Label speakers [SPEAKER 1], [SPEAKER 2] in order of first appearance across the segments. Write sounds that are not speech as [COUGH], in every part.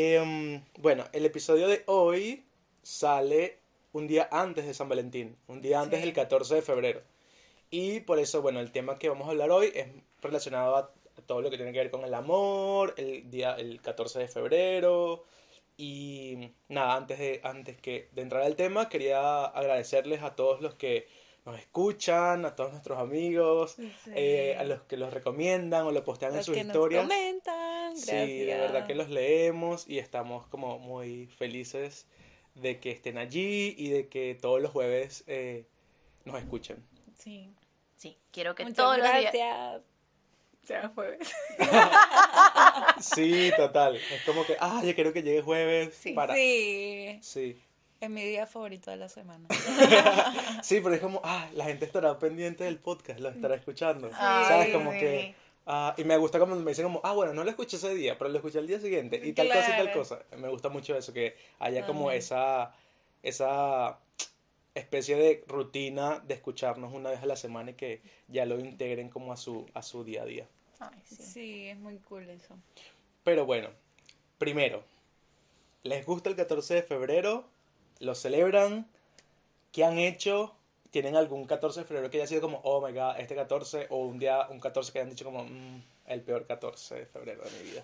[SPEAKER 1] Em, episodio de hoy sale un día antes de San Valentín, un día antes
[SPEAKER 2] Sí.
[SPEAKER 1] del 14 de febrero. Y por eso, bueno, el tema que vamos a hablar hoy es relacionado a, a todo lo que tiene que ver con el amor, el día, el 14 de febrero. Y nada, antes de, antes que de entrar al tema, quería agradecerles a todos los que nos escuchan, a todos nuestros amigos, eh, a los que los recomiendan o lo postean en
[SPEAKER 2] Los
[SPEAKER 1] sus
[SPEAKER 2] que
[SPEAKER 1] historias.
[SPEAKER 2] nos comentan. Gracias.
[SPEAKER 1] Sí, de verdad que los leemos y estamos como muy felices de que estén allí y de que todos los jueves eh, nos
[SPEAKER 2] [LAUGHS]
[SPEAKER 1] escuchen.
[SPEAKER 2] Sí.
[SPEAKER 3] Sí, quiero que
[SPEAKER 2] Muchas
[SPEAKER 3] todos los días.
[SPEAKER 2] gracias. Se me fue.
[SPEAKER 1] Sí, total. Es como que, ah, yo quiero que llegue jueves
[SPEAKER 3] Sí.
[SPEAKER 1] para...
[SPEAKER 2] Sí.
[SPEAKER 1] Sí.
[SPEAKER 2] Es mi día favorito de la
[SPEAKER 1] [LAUGHS]
[SPEAKER 2] semana.
[SPEAKER 1] Sí, pero es como, ah, la gente estará pendiente del podcast, lo estará escuchando.
[SPEAKER 3] Ay,
[SPEAKER 1] ¿Sabes? Como
[SPEAKER 3] sí.
[SPEAKER 1] que... ah, y me gusta como me dicen como, ah, bueno, no lo escuché ese día, pero lo escuché el día siguiente y tal cosa y tal
[SPEAKER 2] Claro.
[SPEAKER 1] cosa. Me gusta mucho eso, que haya como
[SPEAKER 2] Ajá.
[SPEAKER 1] esa, esa especie de rutina de escucharnos una vez a la semana y que ya lo integren como a su, a su día a día.
[SPEAKER 3] Ay, sí.
[SPEAKER 2] Sí, es muy cool eso.
[SPEAKER 1] Pero bueno, primero, ¿les gusta el 14 de febrero? ¿Lo celebran? ¿Qué han hecho? ¿Tienen algún 14 de febrero que haya sido como, oh my god, este 14? O un día, un 14 que hayan dicho como, "Mm, el peor 14 de febrero de mi vida.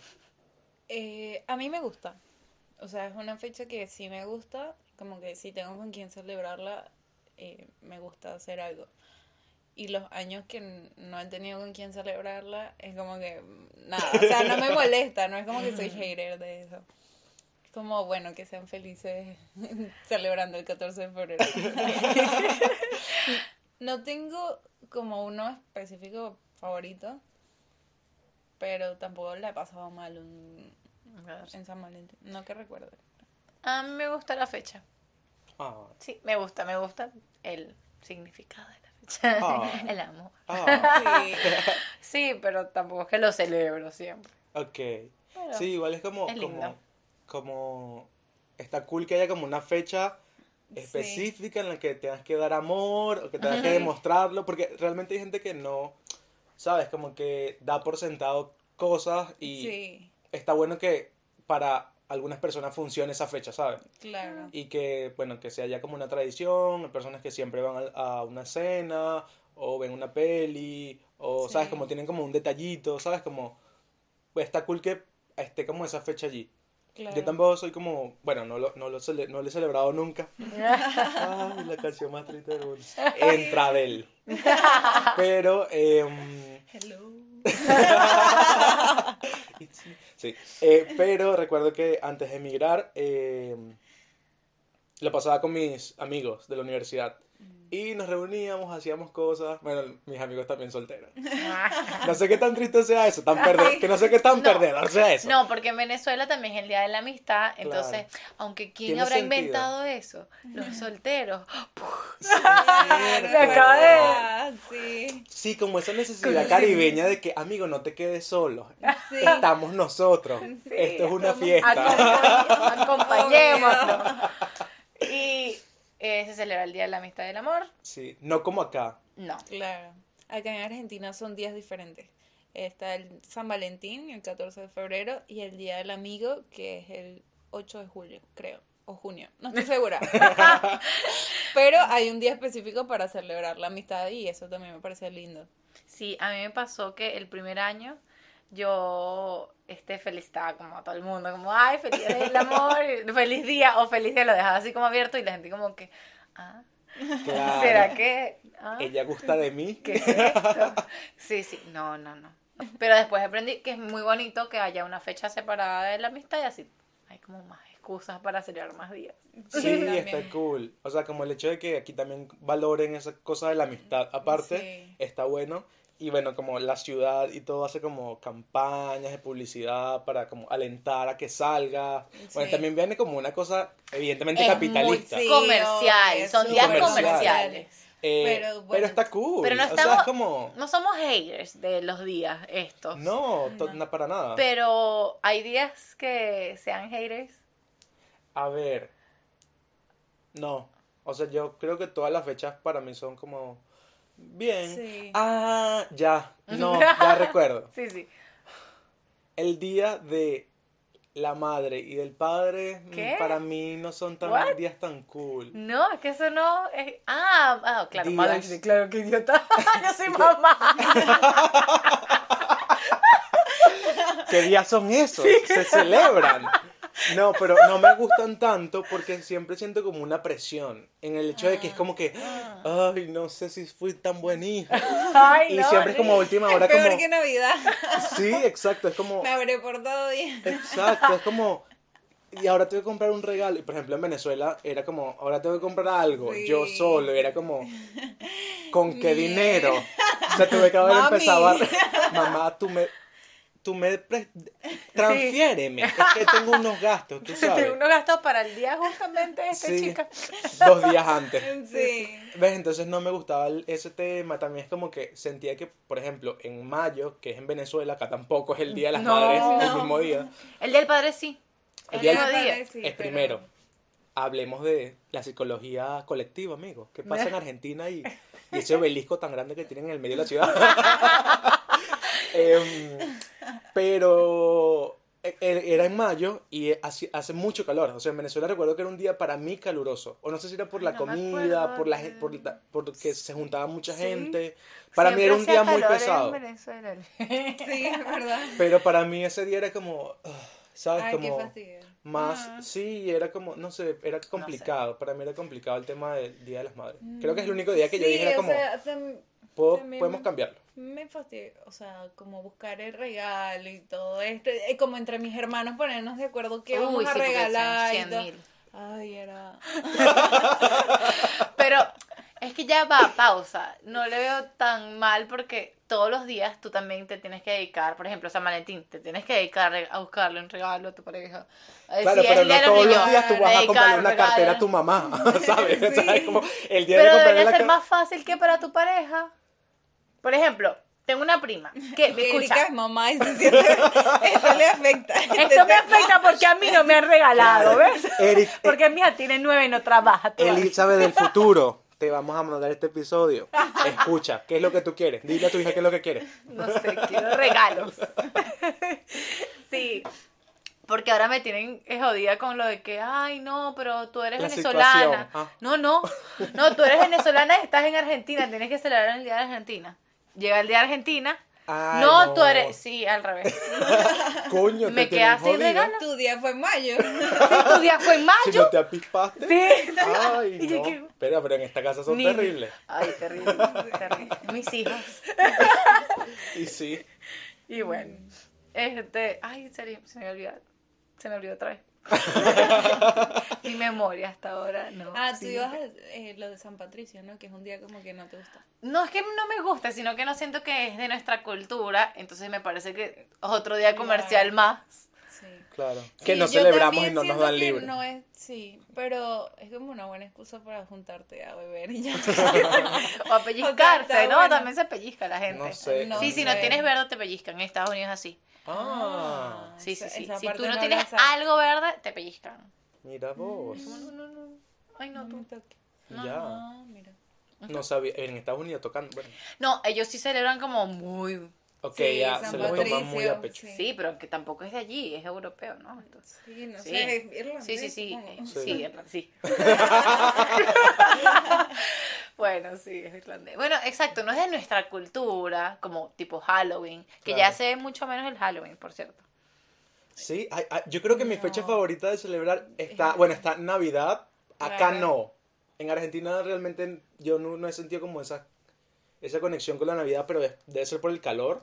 [SPEAKER 2] Eh, a mí me gusta. O sea, es una fecha que sí me gusta. Como que si tengo con quién celebrarla, eh, me gusta hacer algo. Y los años que n- no he tenido con quién celebrarla, es como que mm, nada. O sea, no me molesta. No es como que soy hater de eso. Es como, bueno, que sean felices [LAUGHS] celebrando el 14 de febrero. No tengo como uno específico favorito, pero tampoco la he pasado mal un, en San Valentín. No que recuerde.
[SPEAKER 3] A mí me gusta la fecha.
[SPEAKER 1] Ah,
[SPEAKER 3] Sí, me gusta, me gusta el significado de la fecha.
[SPEAKER 1] Ah.
[SPEAKER 3] [LAUGHS] El amor.
[SPEAKER 2] [LAUGHS]
[SPEAKER 1] ah,
[SPEAKER 2] Sí.
[SPEAKER 3] Sí, pero tampoco es que lo celebro siempre.
[SPEAKER 1] ok.
[SPEAKER 3] Pero-
[SPEAKER 1] Sí,
[SPEAKER 3] [LAUGHS]
[SPEAKER 1] igual es como,
[SPEAKER 3] Es
[SPEAKER 1] como,
[SPEAKER 3] lindo.
[SPEAKER 1] como, está cool que haya como una fecha específica en la que tengas que dar amor o que tengas que
[SPEAKER 2] Ujú.
[SPEAKER 1] demostrarlo, porque realmente hay gente que no, ¿sabes? Como que da por sentado cosas y
[SPEAKER 2] Sí,
[SPEAKER 1] está bueno que para algunas personas funcione esa fecha, ¿sabes?
[SPEAKER 2] claro.
[SPEAKER 1] Y que, bueno, que sea ya como una tradición, hay personas que siempre van a, a una cena o ven una peli o, ¿sabes?
[SPEAKER 2] Sí.
[SPEAKER 1] Como tienen como un detallito, ¿sabes? Como pues, está cool que esté como esa fecha allí.
[SPEAKER 2] Claro.
[SPEAKER 1] Yo tampoco soy como, bueno, no lo, no lo, cele- no lo he
[SPEAKER 2] [LAUGHS]
[SPEAKER 1] celebrado nunca. Ay, la canción más triste del mundo.
[SPEAKER 2] [LAUGHS]
[SPEAKER 1] Entradel. Pero, em,
[SPEAKER 2] Hello.
[SPEAKER 1] sí. Eh, pero recuerdo que antes de emigrar, em, lo pasaba con mis amigos de la universidad.
[SPEAKER 2] Mm.
[SPEAKER 1] Y nos reuníamos, hacíamos cosas. Bueno, mis amigos también solteros. No sé qué tan triste sea eso, tan perder, que no sé qué tan
[SPEAKER 3] No.
[SPEAKER 1] perdedor sea eso.
[SPEAKER 3] No, porque en Venezuela también es el Día de la Amistad, entonces, aunque ¿quién
[SPEAKER 1] Tiene
[SPEAKER 3] habrá
[SPEAKER 1] sentido.
[SPEAKER 3] inventado eso? Los solteros.
[SPEAKER 2] [LAUGHS]
[SPEAKER 1] Cierto.
[SPEAKER 2] Ah, sí.
[SPEAKER 1] Sí, como esa necesidad caribeña de que, amigo, no te quedes solo.
[SPEAKER 2] Sí.
[SPEAKER 1] Estamos nosotros.
[SPEAKER 2] Sí,
[SPEAKER 1] Esto es una
[SPEAKER 2] estamos-
[SPEAKER 3] [LAUGHS]
[SPEAKER 1] fiesta. [LAUGHS]
[SPEAKER 3] Acompañ- Acompañémonos. Y eh, se celebra el Día de la Amistad y del Amor.
[SPEAKER 1] Sí, no como acá.
[SPEAKER 3] No.
[SPEAKER 2] Claro. Acá en Argentina son días diferentes. Está el San Valentín, el 14 de febrero, y el Día del Amigo, que es el 8 de julio, creo, o junio, no estoy segura. Pero hay un día específico para celebrar la amistad y eso también me parece lindo.
[SPEAKER 3] Sí, a mí me pasó que el primer año yo este, feliz estaba como a todo el mundo, como, ay, feliz día del amor,
[SPEAKER 1] [LAUGHS]
[SPEAKER 3] feliz día, o feliz día, lo dejaba así como abierto y la gente como que, ah,
[SPEAKER 1] Claro.
[SPEAKER 3] ¿será que? ah,
[SPEAKER 1] Ella gusta de mí.
[SPEAKER 3] ¿Qué es esto?
[SPEAKER 1] [LAUGHS]
[SPEAKER 3] Sí, sí, no, no, no. Pero después aprendí que es muy bonito que haya una fecha separada de la amistad y así hay como más excusas para celebrar más días.
[SPEAKER 1] Sí,
[SPEAKER 2] [LAUGHS] también.
[SPEAKER 1] está cool. O sea, como el hecho de que aquí también valoren esa cosa de la amistad. Aparte,
[SPEAKER 2] Sí.
[SPEAKER 1] está bueno. Y bueno, como la ciudad y todo hace como campañas de publicidad para como alentar a que salga. Bueno,
[SPEAKER 2] Sí.
[SPEAKER 1] también viene como una cosa evidentemente
[SPEAKER 3] Es muy-
[SPEAKER 1] capitalista.
[SPEAKER 3] sí. Comercial,
[SPEAKER 2] obvio,
[SPEAKER 3] son
[SPEAKER 2] sí.
[SPEAKER 1] días comerciales. Eh,
[SPEAKER 2] pero
[SPEAKER 1] pero,
[SPEAKER 2] bueno.
[SPEAKER 1] está cool.
[SPEAKER 3] Pero no
[SPEAKER 1] O sea, es
[SPEAKER 3] estamos-
[SPEAKER 1] como...
[SPEAKER 3] No somos haters de los días estos,
[SPEAKER 1] No, to-
[SPEAKER 2] No.
[SPEAKER 1] na- para nada.
[SPEAKER 3] pero hay días que sean haters.
[SPEAKER 1] A ver. No. O sea, yo creo que todas las fechas para mí son como. Bien.
[SPEAKER 2] Sí.
[SPEAKER 1] Ah,
[SPEAKER 3] [LAUGHS]
[SPEAKER 1] ya. No, ya recuerdo.
[SPEAKER 3] Sí, sí.
[SPEAKER 1] El día de la madre y del padre, mm,
[SPEAKER 3] ¿Qué?
[SPEAKER 1] para mí no son tan
[SPEAKER 3] What?
[SPEAKER 1] días tan cool.
[SPEAKER 3] No, es que eso no es... Ah, ah claro,
[SPEAKER 1] Días.
[SPEAKER 3] madre, sí, claro,
[SPEAKER 1] [LAUGHS]
[SPEAKER 3] qué idiota. Yo soy mamá.
[SPEAKER 1] ¿Qué días son esos? Se celebran. No, pero no me gustan tanto porque siempre siento como una presión en el hecho de que es como que, ay, no sé si fui tan buen hijo.
[SPEAKER 3] Ay,
[SPEAKER 1] Y
[SPEAKER 3] no,
[SPEAKER 1] siempre es
[SPEAKER 3] [LAUGHS]
[SPEAKER 1] como a
[SPEAKER 3] horrible.
[SPEAKER 1] última hora,
[SPEAKER 2] Peor
[SPEAKER 1] como,
[SPEAKER 2] que Navidad.
[SPEAKER 1] sí, exacto, es como,
[SPEAKER 2] Me habré portado bien.
[SPEAKER 1] Exacto, es como. Y ahora tengo que comprar un regalo. Y por ejemplo, en Venezuela era como, ahora tengo que comprar algo, yo
[SPEAKER 2] Sí.
[SPEAKER 1] solo. Y era como, ¿con qué
[SPEAKER 2] Mierda.
[SPEAKER 1] dinero? O sea, tuve que haber
[SPEAKER 2] Mami.
[SPEAKER 1] empezado a. Mamá, tú me. Tú me. pre- Transfiéreme. Es que tengo unos gastos, tú sabes.
[SPEAKER 3] Tengo unos gastos para el día justamente de esta
[SPEAKER 1] Sí.
[SPEAKER 3] chica.
[SPEAKER 1] Dos días antes.
[SPEAKER 2] Sí.
[SPEAKER 1] ¿Ves? Entonces no me gustaba el- ese tema. También es como que sentía que, por ejemplo, en mayo, que es en Venezuela, acá tampoco es el Día de las
[SPEAKER 3] No.
[SPEAKER 1] Madres, el
[SPEAKER 2] No.
[SPEAKER 1] mismo día.
[SPEAKER 3] El del padre sí.
[SPEAKER 1] El
[SPEAKER 3] El
[SPEAKER 1] día del
[SPEAKER 3] mismo día.
[SPEAKER 2] Sí,
[SPEAKER 1] es
[SPEAKER 2] pero-
[SPEAKER 1] primero. Hablemos de la psicología colectiva, amigo. ¿Qué pasa en Argentina y, y ese obelisco tan grande que tienen en el medio de la ciudad? [LAUGHS] Em, pero e- e- era en mayo y hace, hace mucho calor. O sea, en Venezuela recuerdo que era un día para mí caluroso. O no sé si era por
[SPEAKER 3] Ay,
[SPEAKER 1] la
[SPEAKER 3] no me
[SPEAKER 1] comida,
[SPEAKER 3] acuerdo
[SPEAKER 1] por la
[SPEAKER 3] de-
[SPEAKER 1] gen- por la- porque se juntaba mucha
[SPEAKER 3] Sí.
[SPEAKER 1] gente. Para mí era un
[SPEAKER 3] Siempre
[SPEAKER 1] día
[SPEAKER 3] hacía
[SPEAKER 1] muy
[SPEAKER 3] calor en
[SPEAKER 1] pesado.
[SPEAKER 3] Venezuela.
[SPEAKER 2] [LAUGHS] Sí, es verdad.
[SPEAKER 1] Pero para mí ese día era como, ah, ¿sabes?
[SPEAKER 2] Ay, qué
[SPEAKER 1] como
[SPEAKER 2] fastidio.
[SPEAKER 1] más,
[SPEAKER 2] Ah.
[SPEAKER 1] sí, era como, no sé, era complicado. Para mí era complicado el tema del Día de las Madres. Creo que es el único día que yo
[SPEAKER 2] Sí,
[SPEAKER 1] dije, era
[SPEAKER 2] o
[SPEAKER 1] como,
[SPEAKER 2] sea, tam-
[SPEAKER 1] "Puedo-
[SPEAKER 2] también-
[SPEAKER 1] podemos cambiarlo.
[SPEAKER 3] Pues
[SPEAKER 2] me fastidio, o sea, como buscar el regalo y todo esto, eh, como entre mis hermanos ponernos de acuerdo qué vamos
[SPEAKER 3] Uy,
[SPEAKER 2] a
[SPEAKER 3] sí, porque son
[SPEAKER 2] regalar y
[SPEAKER 3] 100
[SPEAKER 2] todo.
[SPEAKER 3] mil.
[SPEAKER 2] Ay, era
[SPEAKER 3] Pero es que ya va, pausa. No le veo tan mal porque todos los días tú también te tienes que dedicar, por ejemplo, San Valentín, te tienes que dedicar a buscarle un regalo a tu pareja. Eh,
[SPEAKER 1] Claro,
[SPEAKER 3] si es
[SPEAKER 1] pero
[SPEAKER 3] el día
[SPEAKER 1] no
[SPEAKER 3] de
[SPEAKER 1] todos los
[SPEAKER 3] niños,
[SPEAKER 1] días tú vas a
[SPEAKER 3] dedicar
[SPEAKER 1] comprarle
[SPEAKER 3] un
[SPEAKER 1] una cartera a
[SPEAKER 3] regalo.
[SPEAKER 1] tu mamá,
[SPEAKER 3] [LAUGHS]
[SPEAKER 1] ¿sabes? [LAUGHS]
[SPEAKER 2] Sí.
[SPEAKER 1] ¿Sabes? Como el día de comprarle
[SPEAKER 3] Pero debería
[SPEAKER 1] la
[SPEAKER 3] ser
[SPEAKER 1] cartera.
[SPEAKER 3] más fácil que para tu pareja. Por ejemplo, tengo una prima [LAUGHS] que me
[SPEAKER 2] Erika
[SPEAKER 3] escucha.
[SPEAKER 2] es mamá y se siente [LAUGHS] esto le afecta.
[SPEAKER 3] Esto me afecta porque a mí no me han regalado, ¿ves?
[SPEAKER 1] Eric, eh,
[SPEAKER 3] Porque mía tiene nueve y no trabaja. todavía.
[SPEAKER 1] Eli sabe del futuro. Te vamos a mandar este episodio. Escucha, ¿qué es lo que tú quieres? Dile a tu hija qué es lo que quieres.
[SPEAKER 3] No sé, quiero regalos. [LAUGHS] Sí. Porque ahora me tienen eh, jodida con lo de que, ay, no, pero tú eres
[SPEAKER 1] La situación,
[SPEAKER 3] venezolana.
[SPEAKER 1] ah.
[SPEAKER 3] No, no, no, tú eres venezolana y estás en Argentina, tienes que celebrar el Día de Argentina. Llega el Día de Argentina.
[SPEAKER 1] Ay,
[SPEAKER 3] no,
[SPEAKER 1] no.
[SPEAKER 3] tú eres, sí, al revés.
[SPEAKER 1] Coño, te
[SPEAKER 3] Me
[SPEAKER 1] tienen
[SPEAKER 3] quedas sin
[SPEAKER 1] jodida.
[SPEAKER 3] regalo.
[SPEAKER 2] Tu día fue en
[SPEAKER 1] [LAUGHS]
[SPEAKER 2] mayo.
[SPEAKER 3] Sí, tu día fue en
[SPEAKER 1] Si
[SPEAKER 3] mayo.
[SPEAKER 1] no te apispaste.
[SPEAKER 3] Ah, Sí.
[SPEAKER 1] Ay,
[SPEAKER 3] [LAUGHS] Y yo
[SPEAKER 1] no.
[SPEAKER 3] que-
[SPEAKER 1] Espera, pero en esta casa son
[SPEAKER 3] Ni-
[SPEAKER 1] terribles.
[SPEAKER 3] Ay, terrible, terrible. Mis hijos.
[SPEAKER 1] Y sí.
[SPEAKER 3] Y bueno, este, ay, en serio, se me olvidó, se me olvidó
[SPEAKER 1] [LAUGHS]
[SPEAKER 3] otra vez. Mi memoria hasta ahora no.
[SPEAKER 2] Ah, tú
[SPEAKER 3] sí.
[SPEAKER 2] ibas a eh, lo de San Patricio, ¿no? Que es un día como que no te gusta.
[SPEAKER 3] No es que no me gusta, sino que no siento que es de nuestra cultura, entonces me parece que es otro día comercial
[SPEAKER 2] Claro.
[SPEAKER 3] más.
[SPEAKER 2] Sí.
[SPEAKER 1] Claro. Que
[SPEAKER 2] Sí,
[SPEAKER 1] no
[SPEAKER 2] yo
[SPEAKER 1] celebramos y
[SPEAKER 2] también
[SPEAKER 1] no nos
[SPEAKER 2] siento
[SPEAKER 1] dan
[SPEAKER 2] que
[SPEAKER 1] libre.
[SPEAKER 2] No es, sí, pero es como una buena excusa para juntarte a beber y
[SPEAKER 1] [LAUGHS]
[SPEAKER 2] ya. [LAUGHS]
[SPEAKER 3] O a pellizcarse,
[SPEAKER 2] está
[SPEAKER 3] ¿no?
[SPEAKER 2] bueno.
[SPEAKER 3] También se pellizca la gente.
[SPEAKER 1] No sé.
[SPEAKER 2] No
[SPEAKER 3] Sí, si no
[SPEAKER 2] sé.
[SPEAKER 3] tienes verde te pellizcan, en Estados Unidos es así.
[SPEAKER 1] Ah,
[SPEAKER 3] Sí,
[SPEAKER 2] esa-
[SPEAKER 3] sí, sí.
[SPEAKER 2] esa
[SPEAKER 3] Si
[SPEAKER 2] parte
[SPEAKER 3] tú no
[SPEAKER 2] la
[SPEAKER 3] tienes
[SPEAKER 2] sabía.
[SPEAKER 3] algo verde, te pellizcan.
[SPEAKER 1] mira vos.
[SPEAKER 3] No, no, no, no. Ay, no,
[SPEAKER 2] Mm, [LAUGHS] No me
[SPEAKER 3] tú.
[SPEAKER 2] toques.
[SPEAKER 3] No,
[SPEAKER 1] Ya.
[SPEAKER 2] Ah, mira.
[SPEAKER 1] No sabía. En Estados Unidos tocan. Bueno.
[SPEAKER 3] No, ellos sí celebran como muy
[SPEAKER 1] Ok,
[SPEAKER 2] Sí,
[SPEAKER 1] ya
[SPEAKER 2] San
[SPEAKER 1] se lo
[SPEAKER 2] Patricio,
[SPEAKER 1] toman muy a pecho.
[SPEAKER 2] sí.
[SPEAKER 3] Sí, pero que tampoco es de allí, es europeo, ¿no? Entonces,
[SPEAKER 2] Sí, no
[SPEAKER 3] Sí.
[SPEAKER 2] sé, es irlandés,
[SPEAKER 3] sí, sí, sí, eh,
[SPEAKER 2] supongo.
[SPEAKER 1] Sí.
[SPEAKER 3] sí, irla- sí. [LAUGHS] bueno, sí, es irlandés. Bueno, exacto, no es de nuestra cultura, como tipo Halloween, que ya
[SPEAKER 1] Claro.
[SPEAKER 3] se ve mucho menos el Halloween, por cierto.
[SPEAKER 1] Sí, ay, ay, yo creo que mi fecha
[SPEAKER 2] No.
[SPEAKER 1] favorita de celebrar está. Bueno, está Navidad. Acá
[SPEAKER 2] Claro.
[SPEAKER 1] no. En Argentina realmente yo no, no he sentido como esa, esa conexión con la Navidad, pero es- debe ser por el calor.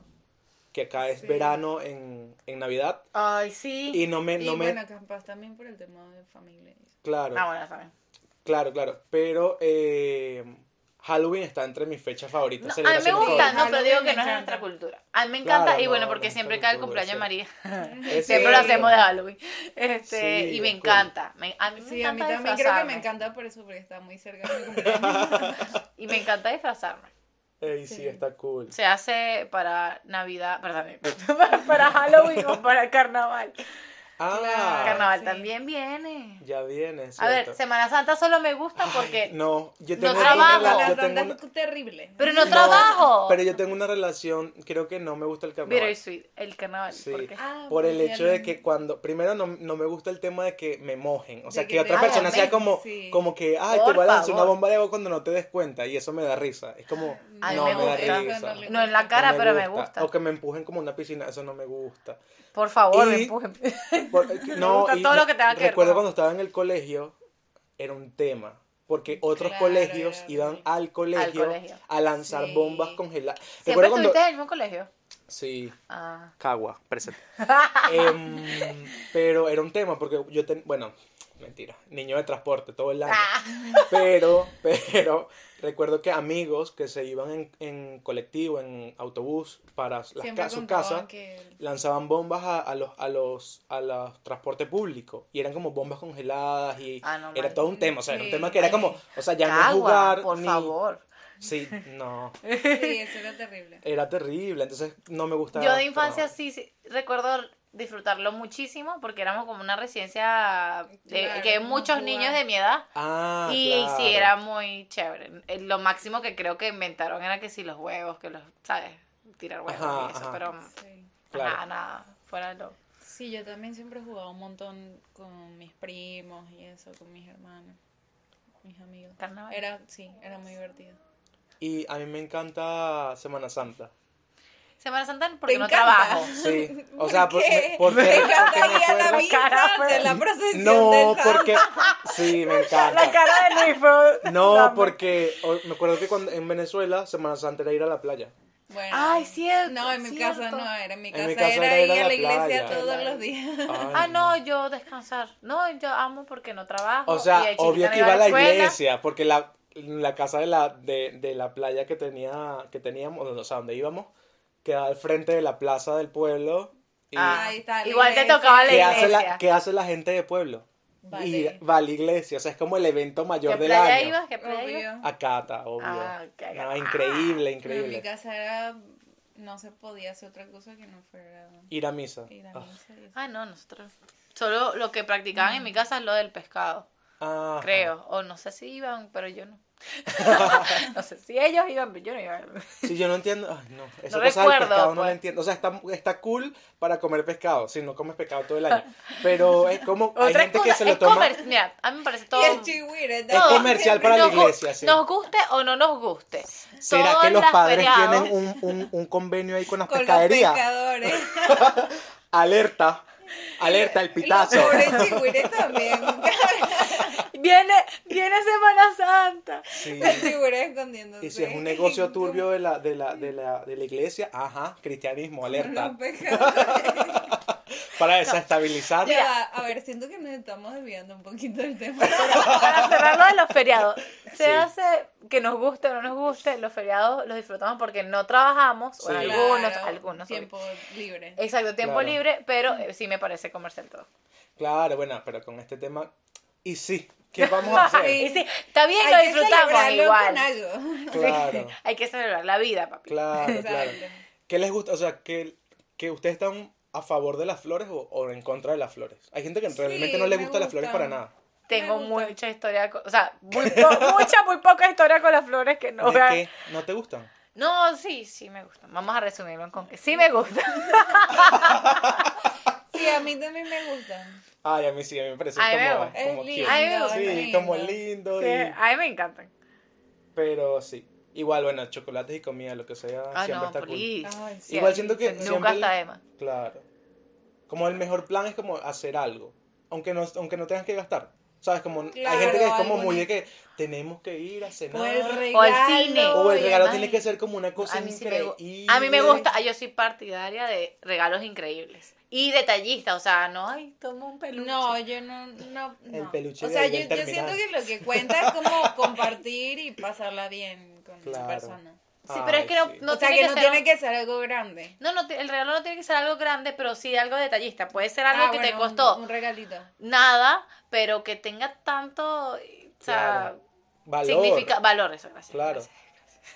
[SPEAKER 1] Que acá es
[SPEAKER 2] Sí.
[SPEAKER 1] verano en, en Navidad.
[SPEAKER 3] Ay, sí.
[SPEAKER 1] Y no me.
[SPEAKER 2] Y
[SPEAKER 1] No me
[SPEAKER 2] bueno, capaz también por el tema de familia.
[SPEAKER 1] Claro.
[SPEAKER 3] Ah, bueno, también.
[SPEAKER 1] Claro, claro. Pero eh, Halloween está entre mis fechas favoritas.
[SPEAKER 3] No, a mí me
[SPEAKER 1] celebraciones
[SPEAKER 3] gusta,
[SPEAKER 1] favoritas.
[SPEAKER 3] no, pero digo
[SPEAKER 2] Halloween
[SPEAKER 3] que no
[SPEAKER 2] me
[SPEAKER 3] es de
[SPEAKER 2] encanta.
[SPEAKER 3] nuestra cultura. A mí me encanta,
[SPEAKER 1] Claro,
[SPEAKER 3] y bueno,
[SPEAKER 1] no,
[SPEAKER 3] porque
[SPEAKER 1] no es
[SPEAKER 3] siempre
[SPEAKER 1] nuestra
[SPEAKER 3] cae el
[SPEAKER 1] cultura,
[SPEAKER 3] cumpleaños de María.
[SPEAKER 1] Es
[SPEAKER 3] Siempre lo
[SPEAKER 1] cierto.
[SPEAKER 3] hacemos de Halloween. Este,
[SPEAKER 1] Sí,
[SPEAKER 3] y me
[SPEAKER 1] es cool.
[SPEAKER 3] encanta. Me- a mí me
[SPEAKER 2] Sí, a mí
[SPEAKER 3] encanta
[SPEAKER 2] también creo que me
[SPEAKER 3] disfrazarme. Ah,
[SPEAKER 2] encanta por eso, porque está muy cerca de mi
[SPEAKER 3] [LAUGHS]
[SPEAKER 2] cumpleaños.
[SPEAKER 3] Y me encanta disfrazarme.
[SPEAKER 1] Ey, Eh, sí,
[SPEAKER 2] Sí.
[SPEAKER 1] está cool.
[SPEAKER 3] se [LAUGHS] hace para Navidad, perdón, para Halloween o para Carnaval.
[SPEAKER 1] Ah,
[SPEAKER 3] Carnaval
[SPEAKER 2] sí.
[SPEAKER 3] también viene.
[SPEAKER 1] ya viene.
[SPEAKER 3] A ver,
[SPEAKER 1] cierto.
[SPEAKER 3] Semana Santa solo me gusta porque...
[SPEAKER 1] No, yo
[SPEAKER 3] No
[SPEAKER 1] tengo una
[SPEAKER 3] trabajo.
[SPEAKER 1] rela-
[SPEAKER 2] La
[SPEAKER 1] yo
[SPEAKER 2] Santa
[SPEAKER 1] tengo una-
[SPEAKER 2] es terrible.
[SPEAKER 3] Pero no,
[SPEAKER 1] No,
[SPEAKER 3] trabajo.
[SPEAKER 1] Pero yo tengo una relación, creo que no me gusta el carnaval.
[SPEAKER 3] Bittersweet, el carnaval.
[SPEAKER 1] Sí.
[SPEAKER 3] porque-
[SPEAKER 2] Ah,
[SPEAKER 1] Por el
[SPEAKER 2] porque
[SPEAKER 1] hecho de
[SPEAKER 2] no-
[SPEAKER 1] que cuando, primero no, no me gusta el tema de que me mojen, o sea,
[SPEAKER 2] De
[SPEAKER 1] que,
[SPEAKER 2] que
[SPEAKER 1] otra
[SPEAKER 2] te-
[SPEAKER 1] persona
[SPEAKER 3] Ah,
[SPEAKER 1] sea
[SPEAKER 2] también,
[SPEAKER 1] como,
[SPEAKER 2] sí.
[SPEAKER 1] como que, ay, te
[SPEAKER 3] Por
[SPEAKER 1] voy a lanzar
[SPEAKER 3] favor.
[SPEAKER 1] una bomba de agua cuando no te des cuenta, y eso me da risa, es como,
[SPEAKER 3] A mí
[SPEAKER 1] no
[SPEAKER 3] me
[SPEAKER 1] me, da
[SPEAKER 3] gusta.
[SPEAKER 1] risa.
[SPEAKER 2] No,
[SPEAKER 3] No en la cara,
[SPEAKER 1] No
[SPEAKER 3] pero me gusta.
[SPEAKER 1] O que me empujen como una piscina, eso no me gusta.
[SPEAKER 3] Por favor, me
[SPEAKER 1] Y-
[SPEAKER 3] [LAUGHS] empujen.
[SPEAKER 1] Por- eh, no,
[SPEAKER 3] gusta
[SPEAKER 1] y
[SPEAKER 3] todo
[SPEAKER 1] me-
[SPEAKER 3] lo que tenga que ver
[SPEAKER 1] Recuerdo
[SPEAKER 3] con-
[SPEAKER 1] cuando estaba en el colegio, era un tema. Porque otros
[SPEAKER 2] Claro,
[SPEAKER 1] colegios
[SPEAKER 2] era
[SPEAKER 1] iban
[SPEAKER 2] horrible.
[SPEAKER 1] al colegio,
[SPEAKER 3] colegio.
[SPEAKER 1] a lanzar
[SPEAKER 2] Sí.
[SPEAKER 1] bombas congeladas.
[SPEAKER 3] ¿Siempre
[SPEAKER 1] Recuerdo cuando...
[SPEAKER 3] estuviste en el mismo colegio?
[SPEAKER 1] Sí,
[SPEAKER 3] Ah.
[SPEAKER 1] Cagua,
[SPEAKER 3] [LAUGHS]
[SPEAKER 1] presente. Em, pero era un tema, porque yo ten... Bueno, mentira. Niño de transporte todo el año.
[SPEAKER 3] Ah.
[SPEAKER 1] Pero, [LAUGHS] pero, recuerdo que amigos que se iban en, en colectivo, en autobús, para las
[SPEAKER 2] Siempre
[SPEAKER 1] ca- sus
[SPEAKER 2] contaban
[SPEAKER 1] casas
[SPEAKER 3] [LAUGHS]
[SPEAKER 2] que-
[SPEAKER 1] lanzaban bombas a, a los a los a los transporte público y eran como bombas congeladas y
[SPEAKER 3] Ah, no,
[SPEAKER 1] era
[SPEAKER 3] marico.
[SPEAKER 1] todo un tema o sea era un
[SPEAKER 2] Sí,
[SPEAKER 1] tema que era
[SPEAKER 2] marico.
[SPEAKER 1] como o sea ya no es
[SPEAKER 3] Cagua,
[SPEAKER 1] jugar
[SPEAKER 3] por
[SPEAKER 1] ni-
[SPEAKER 3] favor.
[SPEAKER 1] sí no
[SPEAKER 2] Sí, eso era terrible.
[SPEAKER 1] era terrible entonces no me gustaba
[SPEAKER 3] Yo de infancia
[SPEAKER 1] pero-
[SPEAKER 3] sí, sí, recuerdo disfrutarlo muchísimo porque éramos como una residencia de-
[SPEAKER 2] Claro,
[SPEAKER 3] que
[SPEAKER 2] no
[SPEAKER 3] muchos
[SPEAKER 2] jugar.
[SPEAKER 3] niños de mi edad
[SPEAKER 1] ah
[SPEAKER 3] y
[SPEAKER 1] claro.
[SPEAKER 3] sí era muy chévere. Eh, Lo máximo que creo que inventaron era que sí los huevos, que los, ¿sabes? Tirar huevos
[SPEAKER 1] Ajá,
[SPEAKER 3] y eso,
[SPEAKER 1] ajá.
[SPEAKER 3] pero
[SPEAKER 2] Sí.
[SPEAKER 1] Claro.
[SPEAKER 3] nada, nada, fuera lo.
[SPEAKER 2] Sí, yo también siempre he jugado un montón con mis primos y eso, con mis hermanos, mis amigos.
[SPEAKER 3] Carnaval.
[SPEAKER 2] Era, sí, era muy divertido.
[SPEAKER 1] y a mí me encanta Semana Santa
[SPEAKER 3] Semana Santa porque
[SPEAKER 2] Te
[SPEAKER 3] no
[SPEAKER 2] encanta.
[SPEAKER 1] [LAUGHS]
[SPEAKER 3] trabajo.
[SPEAKER 2] [LAUGHS]
[SPEAKER 1] sí o
[SPEAKER 2] ¿Por
[SPEAKER 1] sea por-
[SPEAKER 2] qué?
[SPEAKER 1] me- porque
[SPEAKER 2] Me
[SPEAKER 1] porque
[SPEAKER 2] encanta
[SPEAKER 1] me
[SPEAKER 2] ir a la
[SPEAKER 1] acuerdo-
[SPEAKER 2] misa,
[SPEAKER 3] cara, pues.
[SPEAKER 2] hacer la procesión
[SPEAKER 1] [LAUGHS] no
[SPEAKER 2] del San-
[SPEAKER 1] porque sí
[SPEAKER 3] [LAUGHS]
[SPEAKER 1] me encanta
[SPEAKER 3] La cara de Luis [LAUGHS] fue-
[SPEAKER 1] no porque o- me acuerdo que cuando en Venezuela Semana Santa era ir a la playa
[SPEAKER 2] Bueno,
[SPEAKER 3] Ay, cierto.
[SPEAKER 2] no, en mi
[SPEAKER 3] cierto.
[SPEAKER 2] casa no era, en mi
[SPEAKER 1] En
[SPEAKER 2] casa,
[SPEAKER 1] mi casa
[SPEAKER 2] era,
[SPEAKER 1] era
[SPEAKER 2] ir a la
[SPEAKER 1] playa.
[SPEAKER 2] iglesia todos
[SPEAKER 3] Claro.
[SPEAKER 2] los días.
[SPEAKER 1] Ay,
[SPEAKER 3] Ah, no, yo descansar. No, yo amo porque no trabajo.
[SPEAKER 1] O
[SPEAKER 3] y
[SPEAKER 1] sea,
[SPEAKER 3] de
[SPEAKER 1] obvio
[SPEAKER 3] chiquita
[SPEAKER 1] que
[SPEAKER 3] no
[SPEAKER 1] iba a la
[SPEAKER 3] escuela.
[SPEAKER 1] iglesia, porque la, la casa de la, de, de la playa que tenía, que teníamos, o sea, donde íbamos, quedaba al frente de la plaza del pueblo. Y
[SPEAKER 3] Ah,
[SPEAKER 2] Ahí está la
[SPEAKER 3] igual te
[SPEAKER 2] iglesia.
[SPEAKER 3] tocaba la
[SPEAKER 1] ¿qué,
[SPEAKER 3] iglesia.
[SPEAKER 1] hace la, qué hace la gente de pueblo?
[SPEAKER 2] Vale.
[SPEAKER 1] Ir- va a la iglesia, o sea, es como el evento
[SPEAKER 3] ¿Qué
[SPEAKER 1] mayor del
[SPEAKER 3] playa
[SPEAKER 1] año.
[SPEAKER 3] ibas? ¿Qué playa ibas?
[SPEAKER 2] Obvio.
[SPEAKER 1] A Cata, obvio.
[SPEAKER 3] Ah, ok,
[SPEAKER 1] No,
[SPEAKER 3] ah.
[SPEAKER 1] increíble,
[SPEAKER 2] Pero en mi
[SPEAKER 1] increíble.
[SPEAKER 2] casa era, no se podía hacer otra cosa que no fuera
[SPEAKER 1] Ir a misa.
[SPEAKER 2] ir a misa y eso.
[SPEAKER 3] Ah, no, nosotros. Solo lo que practicaban en mi casa es lo del pescado,
[SPEAKER 1] Ah, ajá.
[SPEAKER 3] creo. O no sé si iban, pero
[SPEAKER 1] [LAUGHS]
[SPEAKER 3] yo no. no sé si ellos iban, pero yo no iba.
[SPEAKER 1] Sí, yo no entiendo. Ay, no. Esa
[SPEAKER 3] No
[SPEAKER 1] cosa del
[SPEAKER 3] recuerdo,
[SPEAKER 1] pescado no
[SPEAKER 3] pues.
[SPEAKER 1] la entiendo. O sea, está, está cool para comer pescado, si no comes pescado todo el
[SPEAKER 3] [LAUGHS]
[SPEAKER 1] año. Pero es como. Hay
[SPEAKER 3] Otra
[SPEAKER 1] gente
[SPEAKER 3] cosa,
[SPEAKER 1] que se lo
[SPEAKER 3] es
[SPEAKER 1] toma.
[SPEAKER 3] comer- Mira, a mí me parece todo.
[SPEAKER 2] Y el chihuire,
[SPEAKER 1] Es
[SPEAKER 2] todo.
[SPEAKER 1] comercial para la
[SPEAKER 3] Nos gu-
[SPEAKER 1] iglesia, sí.
[SPEAKER 3] Nos guste o no nos guste.
[SPEAKER 1] ¿Será
[SPEAKER 3] Todas
[SPEAKER 1] que los
[SPEAKER 3] las
[SPEAKER 1] padres
[SPEAKER 3] feriados-
[SPEAKER 1] tienen un, un- un convenio ahí con
[SPEAKER 3] [LAUGHS]
[SPEAKER 1] las
[SPEAKER 2] Con
[SPEAKER 1] pescaderías?
[SPEAKER 2] los pescadores.
[SPEAKER 1] Alerta, alerta, el pitazo.
[SPEAKER 2] Los pobres chihuires
[SPEAKER 3] [LAUGHS]
[SPEAKER 2] también.
[SPEAKER 3] Viene, viene Semana Santa.
[SPEAKER 1] Sí.
[SPEAKER 3] [LAUGHS]
[SPEAKER 2] Los chihuires escondiéndose.
[SPEAKER 1] Y si es un negocio turbio de la, de la, de la, de la iglesia, ajá, cristianismo,
[SPEAKER 2] Con
[SPEAKER 1] alerta.
[SPEAKER 2] los pescadores.
[SPEAKER 3] pues,
[SPEAKER 1] Para desestabilizar.
[SPEAKER 2] Ya va, a ver, siento que nos estamos desviando un poquito del tema.
[SPEAKER 3] Para cerrarlo de los feriados. Se
[SPEAKER 1] Sí.
[SPEAKER 3] hace que nos guste o no nos guste, los feriados los disfrutamos porque no trabajamos, o
[SPEAKER 1] Sí.
[SPEAKER 3] algunos,
[SPEAKER 2] Claro,
[SPEAKER 3] algunos. obvio.
[SPEAKER 2] Tiempo libre.
[SPEAKER 3] Exacto, tiempo
[SPEAKER 1] Claro.
[SPEAKER 3] libre, pero eh, sí me parece comercial
[SPEAKER 1] [LAUGHS]
[SPEAKER 3] todo.
[SPEAKER 1] Claro, bueno, pero con este tema. Y sí,
[SPEAKER 3] [LAUGHS]
[SPEAKER 1] ¿qué vamos a
[SPEAKER 3] Y
[SPEAKER 1] hacer?
[SPEAKER 3] sí, está bien, lo
[SPEAKER 2] Hay que
[SPEAKER 3] disfrutamos
[SPEAKER 2] celebrarlo
[SPEAKER 3] igual.
[SPEAKER 2] con algo.
[SPEAKER 3] Sí, [LAUGHS]
[SPEAKER 1] Claro,
[SPEAKER 3] Hay que celebrar la vida, papi.
[SPEAKER 1] claro, claro.
[SPEAKER 2] Exacto.
[SPEAKER 1] ¿Qué les gusta? O sea, que, que ustedes están a favor de las flores o, o en contra de las flores. Hay gente que
[SPEAKER 2] Sí,
[SPEAKER 1] realmente no le
[SPEAKER 2] me
[SPEAKER 1] gusta las flores para
[SPEAKER 2] gustan.
[SPEAKER 1] nada.
[SPEAKER 3] Tengo
[SPEAKER 2] Me gusta.
[SPEAKER 3] mucha historia, con- o sea, muy po- mucha, muy poca historia con las flores que
[SPEAKER 1] ¿De
[SPEAKER 3] no. vean.
[SPEAKER 1] qué? ¿No te gustan?
[SPEAKER 3] No, sí, sí me gustan. Vamos a resumirlo con que sí me gustan.
[SPEAKER 2] Sí, a mí también me gustan.
[SPEAKER 1] Ay, a mí sí, a mí me parece
[SPEAKER 3] Ay, me
[SPEAKER 1] como,
[SPEAKER 3] gusta.
[SPEAKER 1] como
[SPEAKER 2] Es
[SPEAKER 1] cute.
[SPEAKER 2] lindo.
[SPEAKER 3] Ay, me gusta.
[SPEAKER 1] Sí,
[SPEAKER 2] es lindo.
[SPEAKER 1] como lindo.
[SPEAKER 3] Sí, ah.
[SPEAKER 1] y-
[SPEAKER 3] a mí me encantan.
[SPEAKER 1] Pero sí. Igual, bueno, chocolates y comida, lo que sea,
[SPEAKER 3] Ah,
[SPEAKER 1] siempre
[SPEAKER 3] no,
[SPEAKER 1] está cool.
[SPEAKER 3] please.
[SPEAKER 2] Ay, sí.
[SPEAKER 1] Igual siento que
[SPEAKER 3] Nunca
[SPEAKER 1] siempre-
[SPEAKER 3] está de más.
[SPEAKER 1] Claro. Como el mejor plan es como hacer algo. Aunque no, aunque no tengas que gastar. ¿Sabes? Como hay
[SPEAKER 2] Claro,
[SPEAKER 1] gente que es como
[SPEAKER 2] alguna-
[SPEAKER 1] muy de que tenemos que ir a cenar.
[SPEAKER 2] O el regalo.
[SPEAKER 3] cine.
[SPEAKER 1] O el
[SPEAKER 3] Oye,
[SPEAKER 1] regalo
[SPEAKER 3] ay.
[SPEAKER 1] tiene que ser como una cosa
[SPEAKER 3] A mí, sí me, gu-
[SPEAKER 1] increíble.
[SPEAKER 3] a mí me gusta, yo soy partidaria de regalos increíbles. Y detallista, o sea, no, ay, toma un peluche.
[SPEAKER 2] No, yo no, no,
[SPEAKER 1] El
[SPEAKER 2] no.
[SPEAKER 1] peluche
[SPEAKER 2] o
[SPEAKER 1] de
[SPEAKER 2] sea,
[SPEAKER 1] ahí
[SPEAKER 2] yo,
[SPEAKER 1] al
[SPEAKER 2] yo
[SPEAKER 1] terminal.
[SPEAKER 2] siento que lo que cuenta es
[SPEAKER 1] [LAUGHS]
[SPEAKER 2] como compartir y pasarla bien con
[SPEAKER 1] Claro.
[SPEAKER 2] la persona.
[SPEAKER 3] Sí, pero es
[SPEAKER 1] Ay,
[SPEAKER 3] que no,
[SPEAKER 1] sí.
[SPEAKER 3] no
[SPEAKER 2] o sea,
[SPEAKER 3] tiene
[SPEAKER 2] que,
[SPEAKER 3] que,
[SPEAKER 2] no
[SPEAKER 3] ser...
[SPEAKER 2] tiene que ser algo grande.
[SPEAKER 3] No, no, te- el regalo no tiene que ser algo grande, pero sí algo detallista. Puede ser algo
[SPEAKER 2] Ah,
[SPEAKER 3] que te
[SPEAKER 2] bueno, un-
[SPEAKER 3] costó
[SPEAKER 2] Un, regalito.
[SPEAKER 3] nada, pero que tenga tanto, o sea,
[SPEAKER 1] Claro. Valor.
[SPEAKER 3] significa valor, eso, gracias.
[SPEAKER 1] Claro.
[SPEAKER 3] gracias.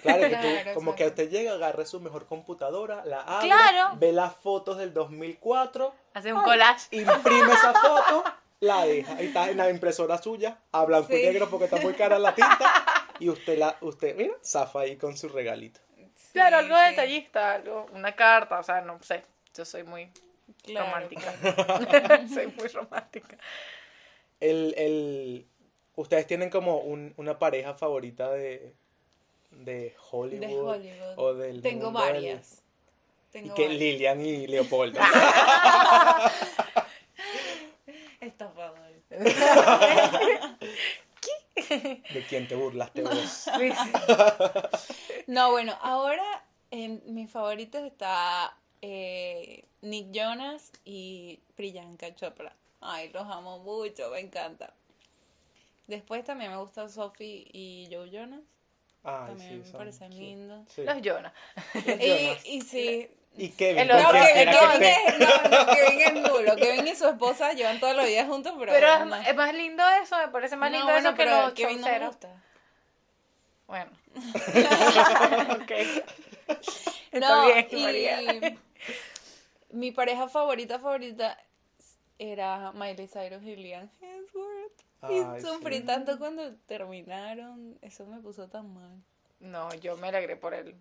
[SPEAKER 1] Claro, que tú,
[SPEAKER 2] Claro,
[SPEAKER 1] como que
[SPEAKER 2] exacto.
[SPEAKER 1] usted llega, agarre su mejor computadora, la abre,
[SPEAKER 3] Claro.
[SPEAKER 1] ve las fotos del 2004
[SPEAKER 3] Haces un collage.
[SPEAKER 1] Imprime esa foto, la deja. Ahí está en la impresora suya, a blanco y
[SPEAKER 2] Sí.
[SPEAKER 1] negro porque está muy cara la tinta. Y usted, la, usted mira, zafa ahí con su regalito.
[SPEAKER 3] Claro, algo
[SPEAKER 2] de
[SPEAKER 3] detallista, algo, una carta, o sea, no sé. Yo
[SPEAKER 1] [LAUGHS]
[SPEAKER 3] soy muy romántica. soy muy romántica.
[SPEAKER 1] El, el, ¿Ustedes tienen como un- una pareja favorita de, de Hollywood?
[SPEAKER 2] De Hollywood.
[SPEAKER 1] O del
[SPEAKER 2] Tengo
[SPEAKER 1] mundo del-
[SPEAKER 2] varias.
[SPEAKER 1] Y
[SPEAKER 2] Tengo
[SPEAKER 1] que
[SPEAKER 2] varias.
[SPEAKER 1] Lilian y Leopoldo.
[SPEAKER 2] Estafador.
[SPEAKER 1] [LAUGHS]
[SPEAKER 3] [LAUGHS]
[SPEAKER 1] ¿De quién te
[SPEAKER 2] [LAUGHS]
[SPEAKER 1] burlaste vos?
[SPEAKER 3] Sí, sí.
[SPEAKER 2] No, bueno, ahora en mis favoritos está eh, Nick Jonas y Priyanka Chopra. Ay, los amo mucho, me encanta. Después también me gusta Sophie y Joe Jonas.
[SPEAKER 1] Ay,
[SPEAKER 2] También me
[SPEAKER 1] son
[SPEAKER 2] parecen
[SPEAKER 1] cute.
[SPEAKER 2] lindos.
[SPEAKER 1] Sí.
[SPEAKER 3] Los Jonas.
[SPEAKER 2] Y, y
[SPEAKER 1] [LAUGHS]
[SPEAKER 2] sí.
[SPEAKER 1] Y Kevin,
[SPEAKER 3] El
[SPEAKER 1] con
[SPEAKER 3] otro
[SPEAKER 2] No,
[SPEAKER 1] quien
[SPEAKER 3] que-
[SPEAKER 2] Kevin,
[SPEAKER 1] quiera que
[SPEAKER 2] Kevin
[SPEAKER 1] esté.
[SPEAKER 2] es, no, no, Kevin es nulo. Kevin y su esposa llevan todos los días juntos, pero.
[SPEAKER 3] Pero
[SPEAKER 2] no.
[SPEAKER 3] es, es más lindo eso, me parece más
[SPEAKER 2] No,
[SPEAKER 3] lindo
[SPEAKER 2] bueno,
[SPEAKER 3] eso que
[SPEAKER 2] pero
[SPEAKER 3] los
[SPEAKER 2] Kevin no me
[SPEAKER 3] chonceros.
[SPEAKER 2] gusta.
[SPEAKER 3] Bueno. ok. Está
[SPEAKER 2] No,
[SPEAKER 3] bien,
[SPEAKER 2] y
[SPEAKER 3] María.
[SPEAKER 2] [LAUGHS] mi pareja favorita favorita era Miley Cyrus y Liam Hemsworth.
[SPEAKER 1] Ay,
[SPEAKER 2] y sufrí
[SPEAKER 1] sí.
[SPEAKER 2] tanto cuando terminaron, eso me puso tan
[SPEAKER 1] [LAUGHS]
[SPEAKER 2] mal.
[SPEAKER 3] No, yo me alegré por él.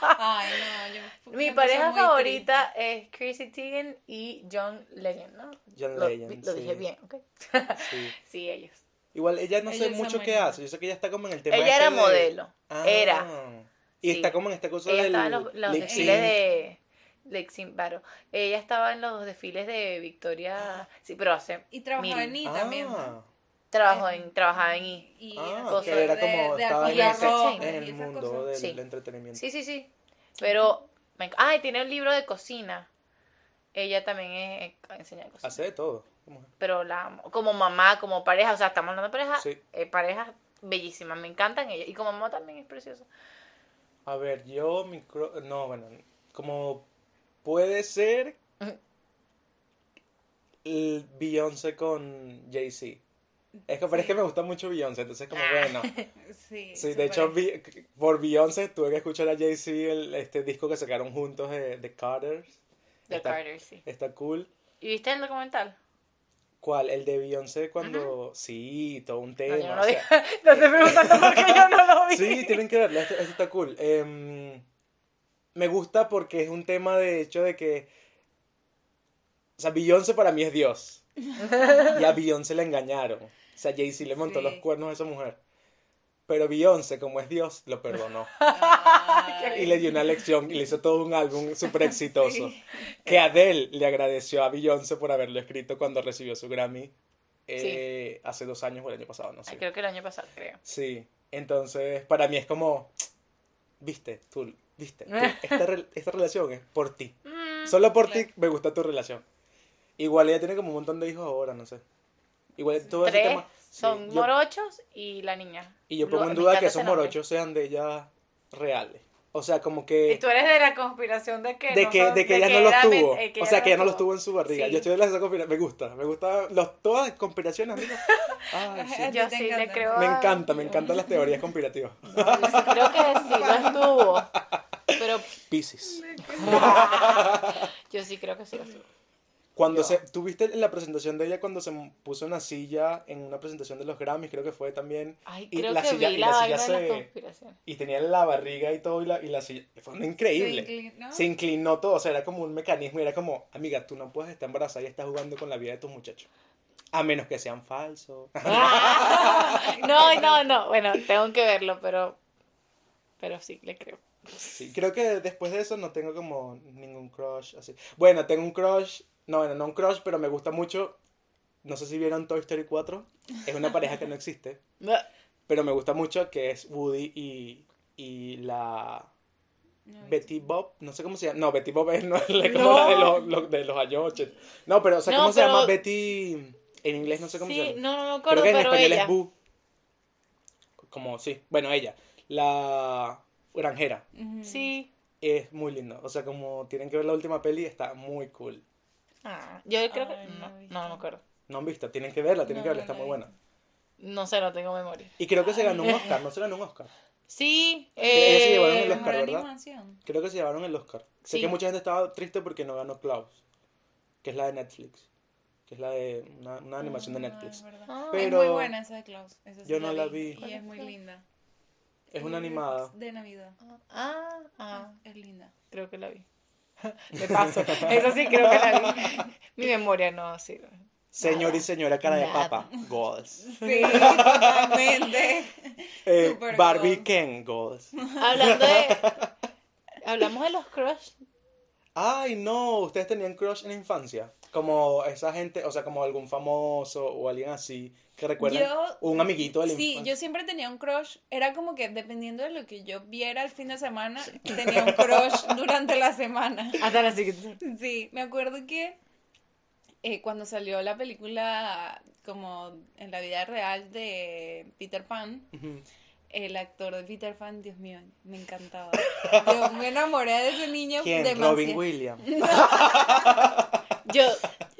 [SPEAKER 2] Ay, no, yo
[SPEAKER 3] Mi
[SPEAKER 2] me puso
[SPEAKER 3] pareja
[SPEAKER 2] muy
[SPEAKER 3] favorita es Chrissy Teigen y John Legend, ¿no?
[SPEAKER 1] John
[SPEAKER 3] Lo,
[SPEAKER 1] Legend,
[SPEAKER 3] lo dije
[SPEAKER 1] sí.
[SPEAKER 3] bien, ok.
[SPEAKER 1] Sí.
[SPEAKER 3] Sí, ellos.
[SPEAKER 1] Igual ella no sé
[SPEAKER 2] Ella es
[SPEAKER 1] mucho qué
[SPEAKER 2] americana.
[SPEAKER 1] hace. Yo sé que ella está como en el tema.
[SPEAKER 3] Ella
[SPEAKER 1] este
[SPEAKER 3] era
[SPEAKER 1] de-
[SPEAKER 3] modelo.
[SPEAKER 1] Ah.
[SPEAKER 3] Era.
[SPEAKER 1] Y
[SPEAKER 3] Sí.
[SPEAKER 1] está como en esta cosa
[SPEAKER 3] Ella
[SPEAKER 1] del
[SPEAKER 3] estaba en los, los
[SPEAKER 1] lip
[SPEAKER 3] desfiles
[SPEAKER 1] sync.
[SPEAKER 3] de. Lip sync, claro. Ella estaba en los desfiles de Victoria. Sí, pero hace.
[SPEAKER 2] Y trabajaba en
[SPEAKER 3] Mil.
[SPEAKER 2] I
[SPEAKER 1] Ah,
[SPEAKER 2] también. ¿no?
[SPEAKER 3] Trabajó en, trabajaba en I.
[SPEAKER 2] Y
[SPEAKER 1] Ah,
[SPEAKER 2] en
[SPEAKER 1] que
[SPEAKER 2] cosas
[SPEAKER 1] era
[SPEAKER 2] de-
[SPEAKER 1] como
[SPEAKER 2] de
[SPEAKER 1] estaba en
[SPEAKER 2] alfombras
[SPEAKER 3] ese-
[SPEAKER 2] rojas
[SPEAKER 1] en
[SPEAKER 2] y
[SPEAKER 1] el
[SPEAKER 2] esas
[SPEAKER 1] mundo
[SPEAKER 2] cosas.
[SPEAKER 1] del
[SPEAKER 3] Sí.
[SPEAKER 1] entretenimiento.
[SPEAKER 3] Sí, sí, sí. Pero. me enc- Ay, tiene un libro de cocina. Ella también es, es- enseña cocina.
[SPEAKER 1] Hace de todo. Como-
[SPEAKER 3] Pero la amo. Como mamá, como pareja. O sea, estamos hablando de pareja.
[SPEAKER 1] Sí.
[SPEAKER 3] eh, parejas bellísimas. Me encantan ellas. Y como mamá también es preciosa.
[SPEAKER 1] A ver, yo micro... No, bueno, como puede ser
[SPEAKER 3] Ujú.
[SPEAKER 1] el Beyoncé con Jay-Z. Es que, pero es que me gusta mucho Beyoncé, entonces como
[SPEAKER 3] Ah, [LAUGHS]
[SPEAKER 1] bueno.
[SPEAKER 2] Sí,
[SPEAKER 1] Sí,
[SPEAKER 2] se
[SPEAKER 1] de hecho,
[SPEAKER 2] parece.
[SPEAKER 1] Be- por Beyoncé tuve que escuchar a Jay-Z el- este disco que sacaron juntos de, de Carters.
[SPEAKER 3] De
[SPEAKER 1] está,
[SPEAKER 3] Carter, sí.
[SPEAKER 1] Está cool.
[SPEAKER 3] ¿Y viste el documental?
[SPEAKER 1] ¿Cuál? El de Beyoncé cuando... Sí, todo un
[SPEAKER 3] No,
[SPEAKER 1] tema.
[SPEAKER 3] yo no
[SPEAKER 1] o
[SPEAKER 3] lo
[SPEAKER 1] sea,
[SPEAKER 3] vi. [LAUGHS] No estoy preguntando porque yo no lo vi.
[SPEAKER 1] Sí, tienen que verlo, esto, esto está cool. Em, me gusta porque es un tema de hecho de que... O sea, Beyoncé para mí es Dios. Y a Beyoncé le engañaron. O sea, Jay-Z le montó
[SPEAKER 2] Sí.
[SPEAKER 1] los cuernos a esa mujer. Pero Beyoncé, como es Dios, lo perdonó. [LAUGHS] Y
[SPEAKER 2] Ay.
[SPEAKER 1] le dio una lección y le hizo todo un álbum súper exitoso. Que Adele le agradeció a Beyoncé por haberlo escrito cuando recibió su Grammy eh, hace dos años o el año pasado, no sé.
[SPEAKER 3] Ah, Creo que el año pasado, creo.
[SPEAKER 1] Sí, entonces para mí es como, viste, tú, viste,
[SPEAKER 3] [LAUGHS]
[SPEAKER 1] tú, esta, re- esta relación es por ti.
[SPEAKER 3] Mm,
[SPEAKER 1] Solo por
[SPEAKER 2] claro.
[SPEAKER 1] ti me gusta tu relación. Igual ella tiene como un montón de hijos ahora, no sé. Igual todo ese
[SPEAKER 3] tres
[SPEAKER 1] tema. sí,
[SPEAKER 3] son
[SPEAKER 1] yo-
[SPEAKER 3] morochos y la niña.
[SPEAKER 1] y yo pongo
[SPEAKER 3] Lo-
[SPEAKER 1] en
[SPEAKER 3] me
[SPEAKER 1] duda
[SPEAKER 3] encanta
[SPEAKER 1] que
[SPEAKER 3] ese
[SPEAKER 1] esos
[SPEAKER 3] nombre.
[SPEAKER 1] morochos sean de ellas reales. O sea, como
[SPEAKER 3] Y
[SPEAKER 1] que
[SPEAKER 3] tú eres de la conspiración de que.
[SPEAKER 1] de
[SPEAKER 3] no
[SPEAKER 1] que,
[SPEAKER 3] son-
[SPEAKER 1] de que ella no los
[SPEAKER 3] era men-
[SPEAKER 1] tuvo.
[SPEAKER 3] eh,
[SPEAKER 1] O sea, que ella no los
[SPEAKER 3] tuvo.
[SPEAKER 1] tuvo en su barriga.
[SPEAKER 3] Sí.
[SPEAKER 1] Yo estoy de las conspiraciones. Me gusta, me gusta. Los, todas las conspiraciones,
[SPEAKER 3] [LAUGHS]
[SPEAKER 1] amigos. Ay, sí.
[SPEAKER 2] A ti
[SPEAKER 3] Yo
[SPEAKER 2] te
[SPEAKER 3] sí le
[SPEAKER 2] encanta.
[SPEAKER 3] creo.
[SPEAKER 1] Me
[SPEAKER 3] a-
[SPEAKER 1] encanta, me encantan las teorías
[SPEAKER 3] [LAUGHS]
[SPEAKER 1] conspirativas.
[SPEAKER 3] Yo sí Creo que sí [LAUGHS] los tuvo.
[SPEAKER 1] [LAUGHS]
[SPEAKER 3] Pero
[SPEAKER 1] Pisces.
[SPEAKER 3] yo sí creo que sí los tuvo.
[SPEAKER 1] Cuando
[SPEAKER 3] Yo.
[SPEAKER 1] se, tuviste la presentación de ella cuando se puso en la silla en una presentación de los Grammys, creo que fue también,
[SPEAKER 3] Ay,
[SPEAKER 1] Y
[SPEAKER 3] creo
[SPEAKER 1] la
[SPEAKER 3] que
[SPEAKER 1] silla-
[SPEAKER 3] vi
[SPEAKER 1] y
[SPEAKER 3] la,
[SPEAKER 1] la silla
[SPEAKER 3] vaina de las
[SPEAKER 1] se- [LAUGHS]
[SPEAKER 3] conspiraciones.
[SPEAKER 1] y tenía la barriga y todo, y la, y la silla, fue una increíble.
[SPEAKER 2] Se inclinó.
[SPEAKER 1] Se inclinó todo, o sea, era como un mecanismo, y era como, amiga, tú no puedes estar embarazada y estás jugando con la vida de tus muchachos. A menos que sean falsos.
[SPEAKER 3] [LAUGHS] No, no, no. Bueno, tengo que verlo, pero. Pero sí, le creo.
[SPEAKER 1] Sí, creo que después de eso no tengo como ningún crush así. Bueno, tengo un crush, no, bueno, no un crush, pero me gusta mucho. No sé si vieron Toy Story 4, es una pareja que no existe. pero me gusta mucho que es Woody y, y la
[SPEAKER 2] No,
[SPEAKER 1] Betty Bob, no sé cómo se llama, no, Betty Bob es no, es la, como
[SPEAKER 3] No.
[SPEAKER 1] la de los, los- de los años 80. No, pero o sea,
[SPEAKER 3] No,
[SPEAKER 1] ¿cómo se
[SPEAKER 3] pero-
[SPEAKER 1] llama Betty? En inglés no sé cómo
[SPEAKER 3] sí,
[SPEAKER 1] se llama.
[SPEAKER 3] no, no me
[SPEAKER 1] Creo
[SPEAKER 3] acuerdo,
[SPEAKER 1] que en
[SPEAKER 3] pero
[SPEAKER 1] español
[SPEAKER 3] ella.
[SPEAKER 1] es Boo. Como, sí, bueno, ella, la granjera,
[SPEAKER 2] Ujú.
[SPEAKER 3] Sí.
[SPEAKER 1] es muy lindo, o sea, como tienen que ver la última peli, está muy cool.
[SPEAKER 3] Ah, yo creo que.
[SPEAKER 2] Ay, no
[SPEAKER 3] No,
[SPEAKER 2] he
[SPEAKER 3] no, no me
[SPEAKER 2] visto.
[SPEAKER 3] acuerdo.
[SPEAKER 1] No han visto, tienen que verla, tienen
[SPEAKER 2] No,
[SPEAKER 1] que verla,
[SPEAKER 2] no
[SPEAKER 1] está
[SPEAKER 2] la
[SPEAKER 1] muy
[SPEAKER 2] vi.
[SPEAKER 1] buena.
[SPEAKER 3] No sé, no tengo memoria.
[SPEAKER 1] Y creo que se ganó un Oscar, no se ganó un Oscar.
[SPEAKER 2] Sí,
[SPEAKER 1] Ella se llevó
[SPEAKER 2] eh,
[SPEAKER 1] el Oscar,
[SPEAKER 2] mejor
[SPEAKER 1] ¿verdad?
[SPEAKER 2] animación.
[SPEAKER 1] Creo que se llevaron el Oscar. Sé
[SPEAKER 2] Sí.
[SPEAKER 1] que mucha gente estaba triste porque no ganó Klaus, que es la de Netflix, que es la de una, una animación de
[SPEAKER 2] Ah,
[SPEAKER 1] Netflix.
[SPEAKER 2] es verdad.
[SPEAKER 4] Ah,
[SPEAKER 2] Es
[SPEAKER 1] Pero-
[SPEAKER 2] muy buena esa de Klaus. esa sí
[SPEAKER 1] yo no la vi.
[SPEAKER 2] Y
[SPEAKER 4] ¿Cuál
[SPEAKER 2] es
[SPEAKER 4] es
[SPEAKER 2] muy
[SPEAKER 4] Klaus?
[SPEAKER 2] linda.
[SPEAKER 1] Es una animada.
[SPEAKER 2] De Navidad.
[SPEAKER 4] ah, ah.
[SPEAKER 2] Es linda.
[SPEAKER 3] Creo que la
[SPEAKER 1] [LAUGHS]
[SPEAKER 3] vi. De paso. Eso sí creo que la vi. Mi memoria no sirve.
[SPEAKER 1] Señor y señora cara de
[SPEAKER 4] Nada.
[SPEAKER 1] papa, goals.
[SPEAKER 2] [LAUGHS] [LAUGHS] Sí, totalmente.
[SPEAKER 1] Eh,
[SPEAKER 2] Super
[SPEAKER 1] Barbie
[SPEAKER 2] goals.
[SPEAKER 1] Ken, goals. [LAUGHS]
[SPEAKER 3] Hablando de. Hablamos de los crush.
[SPEAKER 1] Ay, no, ustedes tenían crush en la infancia. Como esa gente, o sea, como algún famoso o alguien así que recuerden.
[SPEAKER 2] Yo-
[SPEAKER 1] un amiguito de la
[SPEAKER 2] Sí,
[SPEAKER 1] infancia.
[SPEAKER 2] yo siempre tenía un crush. Era como que dependiendo de lo que yo viera el fin de semana, tenía un
[SPEAKER 1] [LAUGHS]
[SPEAKER 2] crush durante la semana.
[SPEAKER 3] Hasta la siguiente.
[SPEAKER 2] Sí, me acuerdo que eh, cuando salió la película como en la vida real de Peter Pan,
[SPEAKER 1] Ujú.
[SPEAKER 2] el actor de Peter Pan, Dios mío, me
[SPEAKER 1] [LAUGHS]
[SPEAKER 2] encantaba. Yo me enamoré de ese niño
[SPEAKER 1] ¿Quién?
[SPEAKER 2] demasiado.
[SPEAKER 1] Robin Williams.
[SPEAKER 3] Yo.
[SPEAKER 1] [LAUGHS]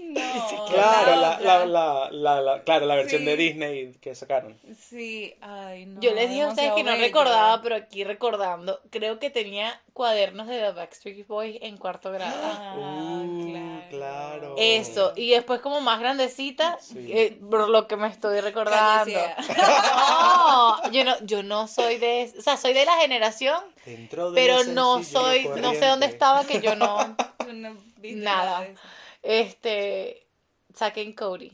[SPEAKER 2] No,
[SPEAKER 1] Claro, la, la,
[SPEAKER 2] otra.
[SPEAKER 1] la, la, la- claro, la versión
[SPEAKER 2] Sí.
[SPEAKER 1] de Disney que sacaron.
[SPEAKER 2] Sí, ay, no.
[SPEAKER 3] Yo les dije a ustedes que no
[SPEAKER 2] demasiado bello.
[SPEAKER 3] recordaba, pero aquí recordando, creo que tenía cuadernos de The Backstreet Boys en cuarto grado.
[SPEAKER 2] Ah,
[SPEAKER 1] Uh,
[SPEAKER 2] claro.
[SPEAKER 1] claro.
[SPEAKER 3] Eso, y después como más grandecita,
[SPEAKER 1] Sí.
[SPEAKER 3] eh, por lo que me estoy recordando.
[SPEAKER 2] Cállese. [LAUGHS]
[SPEAKER 3] No, yo no, yo no soy de, o sea, soy de la generación,
[SPEAKER 1] Dentro de
[SPEAKER 3] pero
[SPEAKER 1] lo
[SPEAKER 3] no
[SPEAKER 1] sencillo y
[SPEAKER 3] soy,
[SPEAKER 1] lo
[SPEAKER 3] no sé dónde
[SPEAKER 1] corriente.
[SPEAKER 3] estaba que yo no,
[SPEAKER 2] Tú no viste
[SPEAKER 3] Nada.
[SPEAKER 2] de eso.
[SPEAKER 3] este, saquen Cody,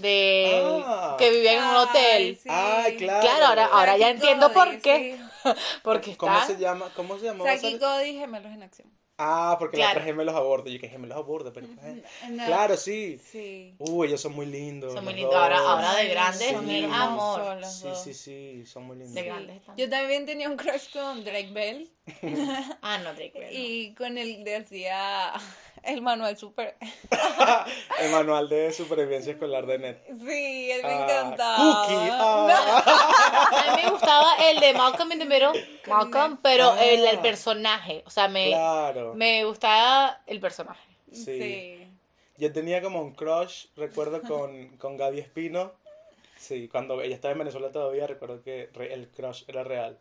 [SPEAKER 3] de
[SPEAKER 1] Ah.
[SPEAKER 3] que vivía en un
[SPEAKER 2] Ay,
[SPEAKER 3] hotel.
[SPEAKER 2] sí.
[SPEAKER 1] Ay, claro.
[SPEAKER 3] Claro, ahora, ahora ya
[SPEAKER 2] Saki
[SPEAKER 3] entiendo por
[SPEAKER 2] Cody,
[SPEAKER 3] qué,
[SPEAKER 2] sí.
[SPEAKER 3] porque
[SPEAKER 1] ¿Cómo
[SPEAKER 3] está,
[SPEAKER 1] se llama? ¿Cómo se llamaba
[SPEAKER 2] Saki
[SPEAKER 1] esa-
[SPEAKER 2] Cody, gemelos en acción.
[SPEAKER 1] Ah, porque la
[SPEAKER 3] Claro.
[SPEAKER 1] otra gemelos a bordo. Yo que gemelos a bordo, pero
[SPEAKER 2] No,
[SPEAKER 1] Eh, Claro, sí.
[SPEAKER 2] Sí.
[SPEAKER 1] Uh, ellos son muy lindos.
[SPEAKER 3] son muy
[SPEAKER 1] los
[SPEAKER 3] lindos, ahora,
[SPEAKER 1] dos.
[SPEAKER 3] ahora de
[SPEAKER 2] Ay,
[SPEAKER 3] grandes,
[SPEAKER 1] son
[SPEAKER 3] mi
[SPEAKER 1] hermosos.
[SPEAKER 3] amor,
[SPEAKER 2] los
[SPEAKER 1] Sí,
[SPEAKER 2] dos.
[SPEAKER 1] sí, sí, son muy lindos.
[SPEAKER 3] De
[SPEAKER 1] [LAUGHS]
[SPEAKER 2] Sí.
[SPEAKER 3] grandes están.
[SPEAKER 2] Yo también tenía un crush con Drake Bell
[SPEAKER 3] ah, no te creo.
[SPEAKER 2] y con el que hacía [LAUGHS] el manual super.
[SPEAKER 1] El manual de supervivencia escolar de Net.
[SPEAKER 2] Sí, él me
[SPEAKER 1] Ah,
[SPEAKER 2] encantaba.
[SPEAKER 1] Cookie. ah.
[SPEAKER 3] A mí me gustaba el de Malcolm in the Middle, Malcolm, pero
[SPEAKER 1] Ah.
[SPEAKER 3] el, el personaje, o sea, me,
[SPEAKER 1] Claro.
[SPEAKER 3] me gustaba el personaje.
[SPEAKER 1] Sí.
[SPEAKER 2] sí.
[SPEAKER 1] Yo tenía como un crush, recuerdo, con, con Gaby Espino. Sí, cuando ella estaba en Venezuela todavía, recuerdo que re- el crush era
[SPEAKER 3] [LAUGHS]
[SPEAKER 1] real.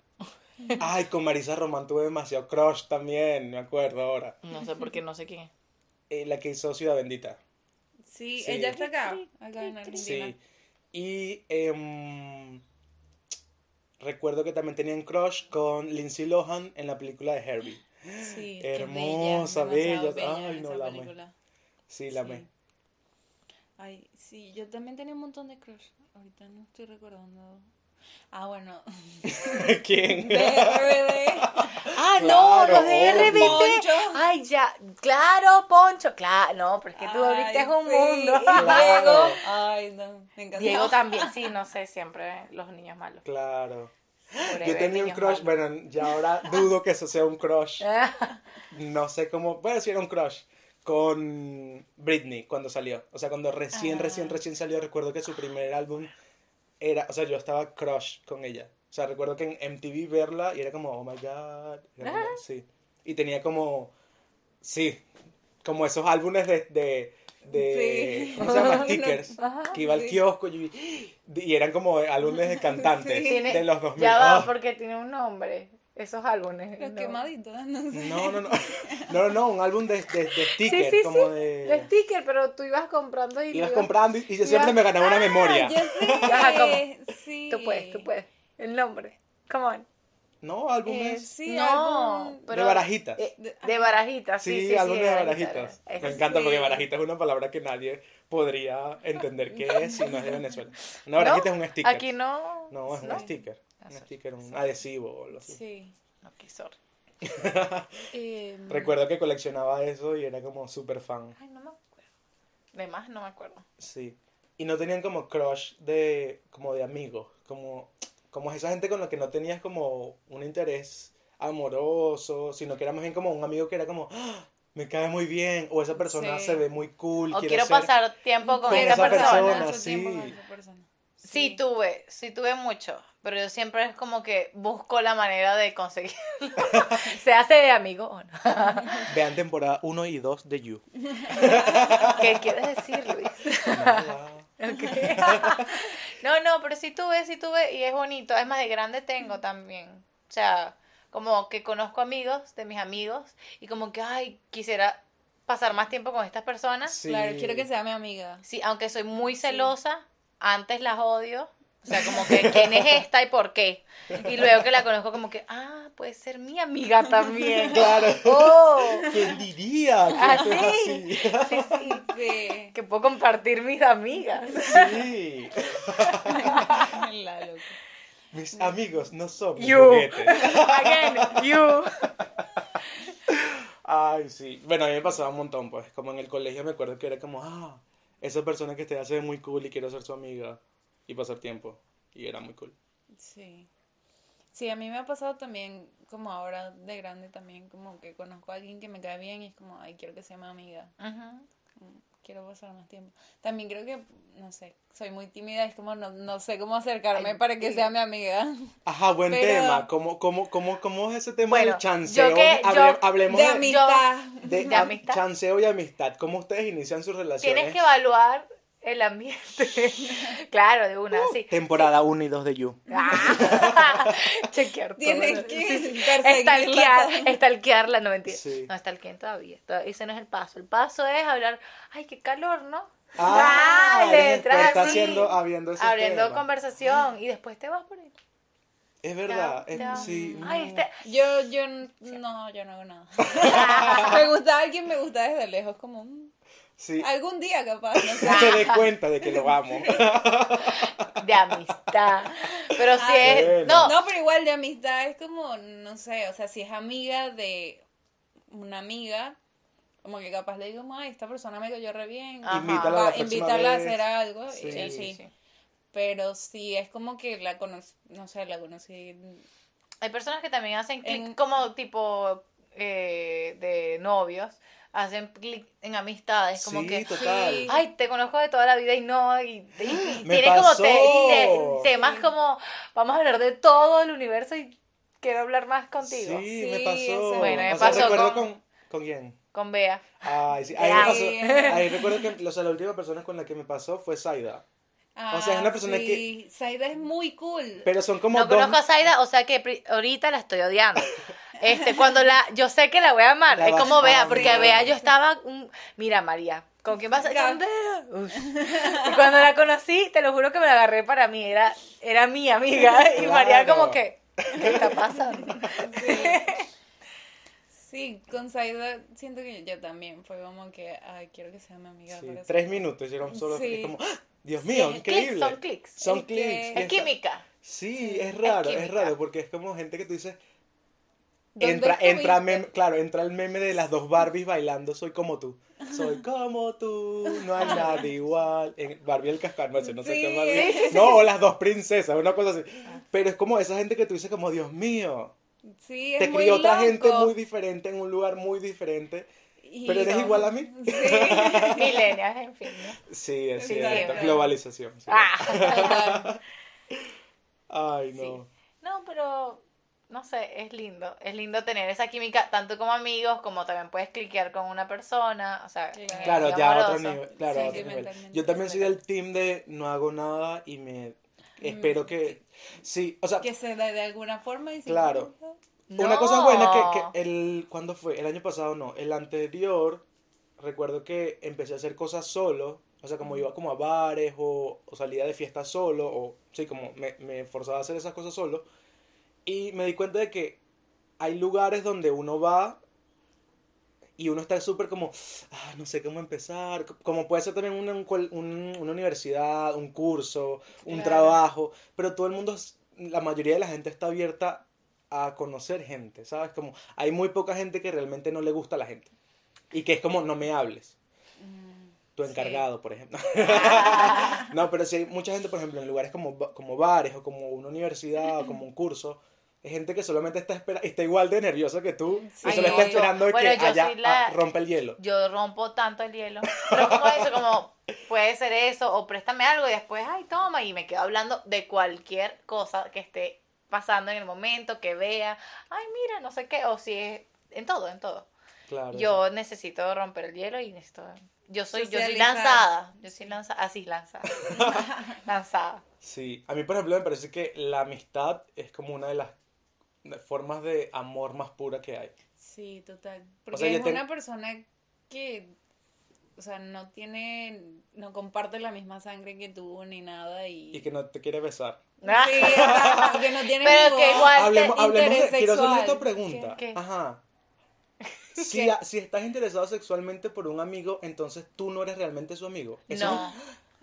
[SPEAKER 1] Ay, con Marisa Román tuve demasiado crush también, me acuerdo ahora.
[SPEAKER 3] No sé por qué, no sé quién es.
[SPEAKER 1] Eh, la que hizo Ciudad Bendita.
[SPEAKER 2] Sí,
[SPEAKER 1] Sí.
[SPEAKER 2] ella está acá, acá en Argentina.
[SPEAKER 1] Sí. Y em, recuerdo que también tenían crush con Lindsay Lohan en la película de Herbie.
[SPEAKER 2] Sí, qué
[SPEAKER 1] Hermosa,
[SPEAKER 2] bella, demasiado
[SPEAKER 1] bella.
[SPEAKER 2] bella
[SPEAKER 1] Ay, no,
[SPEAKER 2] esa
[SPEAKER 1] la amé.
[SPEAKER 2] película.
[SPEAKER 1] Sí, la
[SPEAKER 2] Sí.
[SPEAKER 1] amé.
[SPEAKER 2] Ay, sí, yo también tenía un montón de crush. Ahorita no estoy recordando. Ah, bueno.
[SPEAKER 1] [LAUGHS]
[SPEAKER 2] [LAUGHS]
[SPEAKER 1] ¿Quién?
[SPEAKER 2] De RBD.
[SPEAKER 3] Ah, no,
[SPEAKER 1] Claro,
[SPEAKER 3] los de
[SPEAKER 1] obvio.
[SPEAKER 3] RBD.
[SPEAKER 2] Poncho.
[SPEAKER 3] Ay, ya, claro, Poncho, claro, no, pero es que tú abriste
[SPEAKER 2] Ay,
[SPEAKER 3] un
[SPEAKER 2] sí, [LAUGHS]
[SPEAKER 3] mundo.
[SPEAKER 2] y
[SPEAKER 1] Claro.
[SPEAKER 2] Diego. Ay, no, me encantaba.
[SPEAKER 3] Diego también, sí, no sé, siempre los niños malos.
[SPEAKER 1] Claro.
[SPEAKER 3] Forever,
[SPEAKER 1] Yo tenía un
[SPEAKER 3] niños
[SPEAKER 1] crush,
[SPEAKER 3] [LAUGHS] malos.
[SPEAKER 1] bueno, ya ahora dudo que eso sea un crush. No sé cómo, bueno, sí era un crush con Britney cuando salió. O sea, cuando recién,
[SPEAKER 2] Ah.
[SPEAKER 1] recién, recién salió, recuerdo que su primer álbum era, o sea, yo estaba crush con ella. O sea, recuerdo que en MTV verla y era como, oh my god. Era
[SPEAKER 2] Ah.
[SPEAKER 1] como- sí. Y tenía como, sí, como esos álbumes de, de, de
[SPEAKER 2] Sí.
[SPEAKER 1] ¿cómo se
[SPEAKER 2] [LAUGHS]
[SPEAKER 1] llama? Stickers.
[SPEAKER 2] Ajá,
[SPEAKER 1] que iba al
[SPEAKER 2] sí.
[SPEAKER 1] kiosco y, y eran como álbumes de cantantes
[SPEAKER 2] Sí.
[SPEAKER 3] Tiene-
[SPEAKER 1] de los 2000.
[SPEAKER 3] Ya va,
[SPEAKER 1] Ah.
[SPEAKER 3] porque tiene un nombre, esos álbumes.
[SPEAKER 2] Los
[SPEAKER 3] no.
[SPEAKER 2] quemaditos, no sé.
[SPEAKER 1] No, [LAUGHS] no, no. No, no, no, un álbum de, de, de stickers,
[SPEAKER 3] sí,
[SPEAKER 1] como
[SPEAKER 3] sí.
[SPEAKER 1] de.
[SPEAKER 3] El sticker, pero tú ibas comprando y... lo
[SPEAKER 1] Eh, Ibas comprando y, y yo siempre me ganaba una
[SPEAKER 3] Ah,
[SPEAKER 1] memoria.
[SPEAKER 2] Ya sé.
[SPEAKER 3] Ajá, ¿cómo?
[SPEAKER 2] Sí.
[SPEAKER 3] Tú puedes, tú puedes. El nombre. Come on.
[SPEAKER 1] No,
[SPEAKER 2] Eh,
[SPEAKER 1] álbumes
[SPEAKER 2] sí,
[SPEAKER 3] No,
[SPEAKER 2] algún-
[SPEAKER 1] de
[SPEAKER 3] pero-
[SPEAKER 1] barajitas.
[SPEAKER 3] Eh, de- de barajitas, sí,
[SPEAKER 1] sí,
[SPEAKER 3] sí,
[SPEAKER 1] álbumes de
[SPEAKER 3] era
[SPEAKER 1] barajitas.
[SPEAKER 3] era.
[SPEAKER 1] Me
[SPEAKER 3] Eso.
[SPEAKER 1] encanta porque
[SPEAKER 2] sí.
[SPEAKER 1] barajita es una palabra que nadie podría entender qué es si no es de Venezuela. Una barajita
[SPEAKER 3] No,
[SPEAKER 1] es un sticker.
[SPEAKER 3] Aquí no.
[SPEAKER 1] No, es
[SPEAKER 2] no.
[SPEAKER 1] un sticker. Un
[SPEAKER 3] sorry,
[SPEAKER 1] sticker, un adhesivo o algo así.
[SPEAKER 2] Sí.
[SPEAKER 3] Ok, sorry.
[SPEAKER 2] Em,
[SPEAKER 1] Recuerdo que coleccionaba eso y era como súper fan.
[SPEAKER 3] Ay, no me acuerdo. De más no me acuerdo.
[SPEAKER 1] Sí. Y no tenían como crush de, como de amigos, como, como esa gente con la que no tenías como un interés amoroso, sino que era más bien como un amigo que era como, "Ah, me cae muy bien, o esa persona
[SPEAKER 2] Sí.
[SPEAKER 1] se ve muy cool,
[SPEAKER 3] O
[SPEAKER 1] quiero
[SPEAKER 3] quiero
[SPEAKER 1] ser-
[SPEAKER 3] pasar tiempo con,
[SPEAKER 1] con
[SPEAKER 3] esta
[SPEAKER 1] esa
[SPEAKER 3] persona.
[SPEAKER 1] persona.
[SPEAKER 2] Mucho tiempo con
[SPEAKER 1] sí.
[SPEAKER 2] esa persona.
[SPEAKER 3] Sí. tuve, sí tuve mucho, pero yo siempre es como que busco la manera de conseguirlo. [LAUGHS] Se hace de amigo o no.
[SPEAKER 1] Vean temporada 1 y 2 de
[SPEAKER 3] [LAUGHS]
[SPEAKER 1] You.
[SPEAKER 3] ¿Qué quieres decir, Luis? [LAUGHS]
[SPEAKER 1] Nada.
[SPEAKER 3] No, no, pero sí tuve, sí tuve y es bonito. Es más, de grande tengo también. O sea, como que conozco amigos de mis amigos y como que, ay, quisiera pasar más tiempo con estas personas.
[SPEAKER 1] Sí.
[SPEAKER 2] Claro, quiero que sea mi amiga.
[SPEAKER 3] Sí, aunque soy muy celosa, antes las odio. O sea, como que quién es esta y por qué. Y luego que la conozco como que, ah, puede ser mi amiga también.
[SPEAKER 1] Claro.
[SPEAKER 3] Oh,
[SPEAKER 1] ¿Quién diría que
[SPEAKER 3] Ah,
[SPEAKER 1] esto
[SPEAKER 3] sí.
[SPEAKER 1] es así? [LAUGHS]
[SPEAKER 3] sí, sí.
[SPEAKER 2] Sí,
[SPEAKER 3] Que puedo compartir mis amigas.
[SPEAKER 1] Sí.
[SPEAKER 2] [LAUGHS] la loca.
[SPEAKER 1] Mis amigos no somos
[SPEAKER 3] You.
[SPEAKER 1] juguetes.
[SPEAKER 3] Again, you.
[SPEAKER 1] Ay, sí. Bueno, a mí me pasaba un montón, pues. Como en el colegio me acuerdo que era como, ah, esa persona que te hace es muy cool y quiero ser su amiga y pasar tiempo. Y era muy cool.
[SPEAKER 2] Sí. Sí, a mí me ha pasado también, como ahora de grande también, como que conozco a alguien que me cae bien y es como, ay, quiero que sea mi amiga.
[SPEAKER 3] Ujú.
[SPEAKER 2] Mm, Quiero pasar más tiempo. También creo que, no sé, soy muy tímida, es como, no, no sé cómo acercarme
[SPEAKER 3] Ay,
[SPEAKER 2] para que
[SPEAKER 3] sí.
[SPEAKER 2] sea mi amiga.
[SPEAKER 1] Ajá, buen
[SPEAKER 2] Pero-
[SPEAKER 1] tema. ¿Cómo, cómo, cómo, cómo es ese tema
[SPEAKER 3] Bueno,
[SPEAKER 1] del chanceo?
[SPEAKER 3] yo que-
[SPEAKER 1] Hable-
[SPEAKER 3] yo-
[SPEAKER 1] hablemos
[SPEAKER 2] De
[SPEAKER 1] de-
[SPEAKER 2] amistad.
[SPEAKER 1] de
[SPEAKER 3] de
[SPEAKER 1] am-
[SPEAKER 3] amistad.
[SPEAKER 1] Chanceo y amistad. ¿Cómo ustedes inician sus relaciones?
[SPEAKER 3] Tienes que evaluar el ambiente. [LAUGHS] claro, de una, sí.
[SPEAKER 1] Uh, Temporada 1 y 2 de You.
[SPEAKER 3] Ah, [LAUGHS] chequear todo.
[SPEAKER 2] Tienes que
[SPEAKER 3] Sí, sí.
[SPEAKER 2] perseguirla
[SPEAKER 3] Estalquear,
[SPEAKER 2] todo.
[SPEAKER 3] estalquearla, no mentira.
[SPEAKER 1] Sí.
[SPEAKER 3] No, estalqueen todavía. todavía. Ese no es el paso. El paso es hablar, ay, qué calor, ¿no?
[SPEAKER 1] Ah,
[SPEAKER 3] Dale,
[SPEAKER 1] eres
[SPEAKER 3] entra
[SPEAKER 1] experta
[SPEAKER 3] así.
[SPEAKER 1] haciendo, abriendo ese
[SPEAKER 3] Abriendo
[SPEAKER 1] tema.
[SPEAKER 3] conversación y después te vas por ahí.
[SPEAKER 1] Es verdad,
[SPEAKER 3] Ya,
[SPEAKER 1] es-
[SPEAKER 3] ya.
[SPEAKER 1] sí.
[SPEAKER 3] Ay,
[SPEAKER 1] mm.
[SPEAKER 3] este...
[SPEAKER 2] Yo, yo, n- no, yo no hago nada. me gusta alguien, me gusta desde lejos, como mm,
[SPEAKER 1] Sí, [LAUGHS]
[SPEAKER 2] algún día capaz, no sé.
[SPEAKER 1] se dé cuenta de que lo amo.
[SPEAKER 3] de amistad. Pero si
[SPEAKER 2] Ay.
[SPEAKER 3] es.
[SPEAKER 1] Ah, Bueno.
[SPEAKER 3] No,
[SPEAKER 2] No, pero igual de amistad es como, no sé, o sea, si es amiga de una amiga, como que capaz le digo, ay, esta persona me cayó re bien,
[SPEAKER 3] Ajá.
[SPEAKER 1] Invítala a la
[SPEAKER 2] va,
[SPEAKER 1] próxima
[SPEAKER 2] invitarla a
[SPEAKER 1] vez.
[SPEAKER 2] hacer algo,
[SPEAKER 1] Sí,
[SPEAKER 2] y así.
[SPEAKER 3] sí.
[SPEAKER 2] Pero si es como que la conocí, no sé, la conocí,
[SPEAKER 3] Hay personas que también hacen clic
[SPEAKER 2] En-
[SPEAKER 3] como tipo eh, de novios. Hacen clic en amistades. Como
[SPEAKER 1] sí,
[SPEAKER 3] que.
[SPEAKER 1] total.
[SPEAKER 2] Sí.
[SPEAKER 3] Ay, te conozco de toda la vida y no. Y, y- y
[SPEAKER 1] [GASPS] Me
[SPEAKER 3] tiene como
[SPEAKER 1] pasó.
[SPEAKER 3] te- te- temas como. Vamos a hablar de todo el universo y quiero hablar más contigo.
[SPEAKER 1] Sí, me
[SPEAKER 2] Sí,
[SPEAKER 1] pasó.
[SPEAKER 2] exacto.
[SPEAKER 3] Bueno, me
[SPEAKER 1] O sea,
[SPEAKER 3] pasó
[SPEAKER 1] recuerdo
[SPEAKER 3] con-
[SPEAKER 1] con... ¿Con quién?
[SPEAKER 3] Con Bea.
[SPEAKER 1] Ay, sí, ahí
[SPEAKER 3] Ya.
[SPEAKER 1] me pasó. Ahí recuerdo que o sea, la última persona con la que me pasó fue Saida.
[SPEAKER 2] ah,
[SPEAKER 1] sea, es una persona que-
[SPEAKER 2] sí, Saida es muy cool.
[SPEAKER 1] Pero son como
[SPEAKER 3] No
[SPEAKER 1] dos.
[SPEAKER 3] conozco a Zaida, o sea que pri- ahorita la estoy odiando.
[SPEAKER 1] [LAUGHS]
[SPEAKER 3] Este, cuando la, yo sé que la voy a amar,
[SPEAKER 1] La
[SPEAKER 3] es
[SPEAKER 1] vas
[SPEAKER 3] como
[SPEAKER 1] a
[SPEAKER 3] Bea,
[SPEAKER 1] amar.
[SPEAKER 3] porque Bea yo estaba, un- mira María, ¿con quién vas a
[SPEAKER 2] Ca-
[SPEAKER 3] con Bea. Uy. Y cuando la conocí, te lo juro que me la agarré para mí, era, era mi amiga, y
[SPEAKER 1] Claro.
[SPEAKER 3] María como que, ¿qué está pasando?
[SPEAKER 2] [LAUGHS] Sí, con Saida siento que yo también fue como que, ay, quiero que sea mi amiga.
[SPEAKER 1] Sí,
[SPEAKER 2] para
[SPEAKER 1] tres
[SPEAKER 2] siempre.
[SPEAKER 1] minutos hicieron solo.
[SPEAKER 2] Sí.
[SPEAKER 1] Es como, ¡ah! Dios mío,
[SPEAKER 3] Sí,
[SPEAKER 1] increíble.
[SPEAKER 3] clics, son clics.
[SPEAKER 1] Son
[SPEAKER 2] Es que-
[SPEAKER 1] clics. y
[SPEAKER 3] Es química.
[SPEAKER 1] Sí, es raro, es,
[SPEAKER 3] química.
[SPEAKER 1] raro, porque es como gente que tú dices.
[SPEAKER 2] ¿Dónde
[SPEAKER 1] Entra, entra,
[SPEAKER 2] estuviste?
[SPEAKER 1] mem- claro, entra el meme de las dos Barbies bailando, soy como tú, soy como tú, no hay nadie igual. En Barbie el cascarno, no sé
[SPEAKER 2] Sí,
[SPEAKER 1] qué Barbie.
[SPEAKER 2] sí, sí,
[SPEAKER 1] no, o las dos princesas, una cosa así. Pero es como esa gente que tú dices como, Dios mío,
[SPEAKER 2] Sí, es
[SPEAKER 1] te
[SPEAKER 2] muy
[SPEAKER 1] crió otra
[SPEAKER 2] loco.
[SPEAKER 1] gente muy diferente, en un lugar muy diferente.
[SPEAKER 2] Y
[SPEAKER 1] pero eres
[SPEAKER 2] son-
[SPEAKER 1] igual a mí. [LAUGHS]
[SPEAKER 2] Sí.
[SPEAKER 3] Milenias, en fin. ¿no?
[SPEAKER 1] Sí, es
[SPEAKER 3] Sí,
[SPEAKER 1] cierto,
[SPEAKER 3] siempre.
[SPEAKER 1] globalización. sí.
[SPEAKER 3] Ah.
[SPEAKER 2] Total.
[SPEAKER 1] Ay,
[SPEAKER 3] Sí.
[SPEAKER 1] no.
[SPEAKER 3] No, pero no sé, es lindo. Es lindo tener esa química tanto como amigos, como también puedes cliquear con una persona. O sea, en el
[SPEAKER 1] Claro,
[SPEAKER 3] sentido
[SPEAKER 1] ya a otro
[SPEAKER 3] amoroso.
[SPEAKER 1] nivel. Claro, a
[SPEAKER 2] Sí,
[SPEAKER 1] otro
[SPEAKER 2] sí,
[SPEAKER 1] nivel.
[SPEAKER 2] mentalmente.
[SPEAKER 1] Yo también soy del team de no hago nada y me
[SPEAKER 2] Mm.
[SPEAKER 1] espero que sí, o sea,
[SPEAKER 2] Que se da de alguna forma y se
[SPEAKER 1] Claro.
[SPEAKER 2] encuentra.
[SPEAKER 1] una cosa buena que,
[SPEAKER 3] No.
[SPEAKER 1] que el ¿cuándo fue? El año pasado no, el anterior recuerdo que empecé a hacer cosas solo, o sea, como iba como a bares o, o salía de fiesta solo o sí, como me me forzaba a hacer esas cosas solo y me di cuenta de que hay lugares donde uno va y uno está súper como, ah, no sé cómo empezar, c- como puede ser también una, un cual- un- una universidad, un curso, un
[SPEAKER 2] Claro.
[SPEAKER 1] trabajo, pero todo el mundo, es- la mayoría de la gente está abierta a conocer gente, ¿sabes? Como hay muy poca gente que realmente no le gusta a la gente y que es como, no me hables,
[SPEAKER 2] Mm,
[SPEAKER 1] tu
[SPEAKER 2] sí.
[SPEAKER 1] encargado, por ejemplo.
[SPEAKER 3] Ah.
[SPEAKER 1] [LAUGHS] no, pero si hay mucha gente, por ejemplo, en lugares como, ba- como bares o como una universidad o como un curso. Hay gente que solamente está esperando, está igual de nerviosa que tú, y
[SPEAKER 3] Ay,
[SPEAKER 1] solo
[SPEAKER 3] no,
[SPEAKER 1] está
[SPEAKER 3] yo-
[SPEAKER 1] esperando de que
[SPEAKER 3] bueno, yo
[SPEAKER 1] allá
[SPEAKER 3] sí la-
[SPEAKER 1] ah, rompa el hielo.
[SPEAKER 3] Yo rompo tanto el hielo. Rompo eso como puede ser eso o préstame algo y después, ay, toma y me quedo hablando de cualquier cosa que esté pasando en el momento, que vea, ay, mira, no sé qué, o si es en todo, en todo.
[SPEAKER 1] Claro.
[SPEAKER 3] Yo necesito romper el hielo y necesito. Yo soy, yo soy
[SPEAKER 2] Socializar.
[SPEAKER 3] lanzada. Yo soy lanzada. Así,
[SPEAKER 2] [LAUGHS]
[SPEAKER 3] lanzada. lanzada.
[SPEAKER 1] Sí, a mí por ejemplo me parece que la amistad es como una de las formas de amor más pura que hay.
[SPEAKER 2] Sí, total. Porque
[SPEAKER 1] sea, yo
[SPEAKER 2] es
[SPEAKER 1] tengo-
[SPEAKER 2] una persona que, o sea, no tiene, no comparte la misma sangre que tú ni nada y...
[SPEAKER 1] Y que no te quiere besar.
[SPEAKER 2] Sí, exacto, y que
[SPEAKER 3] [LAUGHS]
[SPEAKER 2] no tiene
[SPEAKER 3] Pero que
[SPEAKER 2] ningún-
[SPEAKER 3] igual- Falta
[SPEAKER 1] Hablemos, hablemos de,
[SPEAKER 2] interés
[SPEAKER 1] quiero hacerles
[SPEAKER 2] sexual.
[SPEAKER 1] esta pregunta.
[SPEAKER 3] ¿Qué? ¿Qué? [LAUGHS]
[SPEAKER 1] Ajá. Si,
[SPEAKER 2] ¿Qué?
[SPEAKER 1] a- si estás interesado sexualmente por un amigo, entonces tú no eres realmente su amigo. Eso
[SPEAKER 3] No,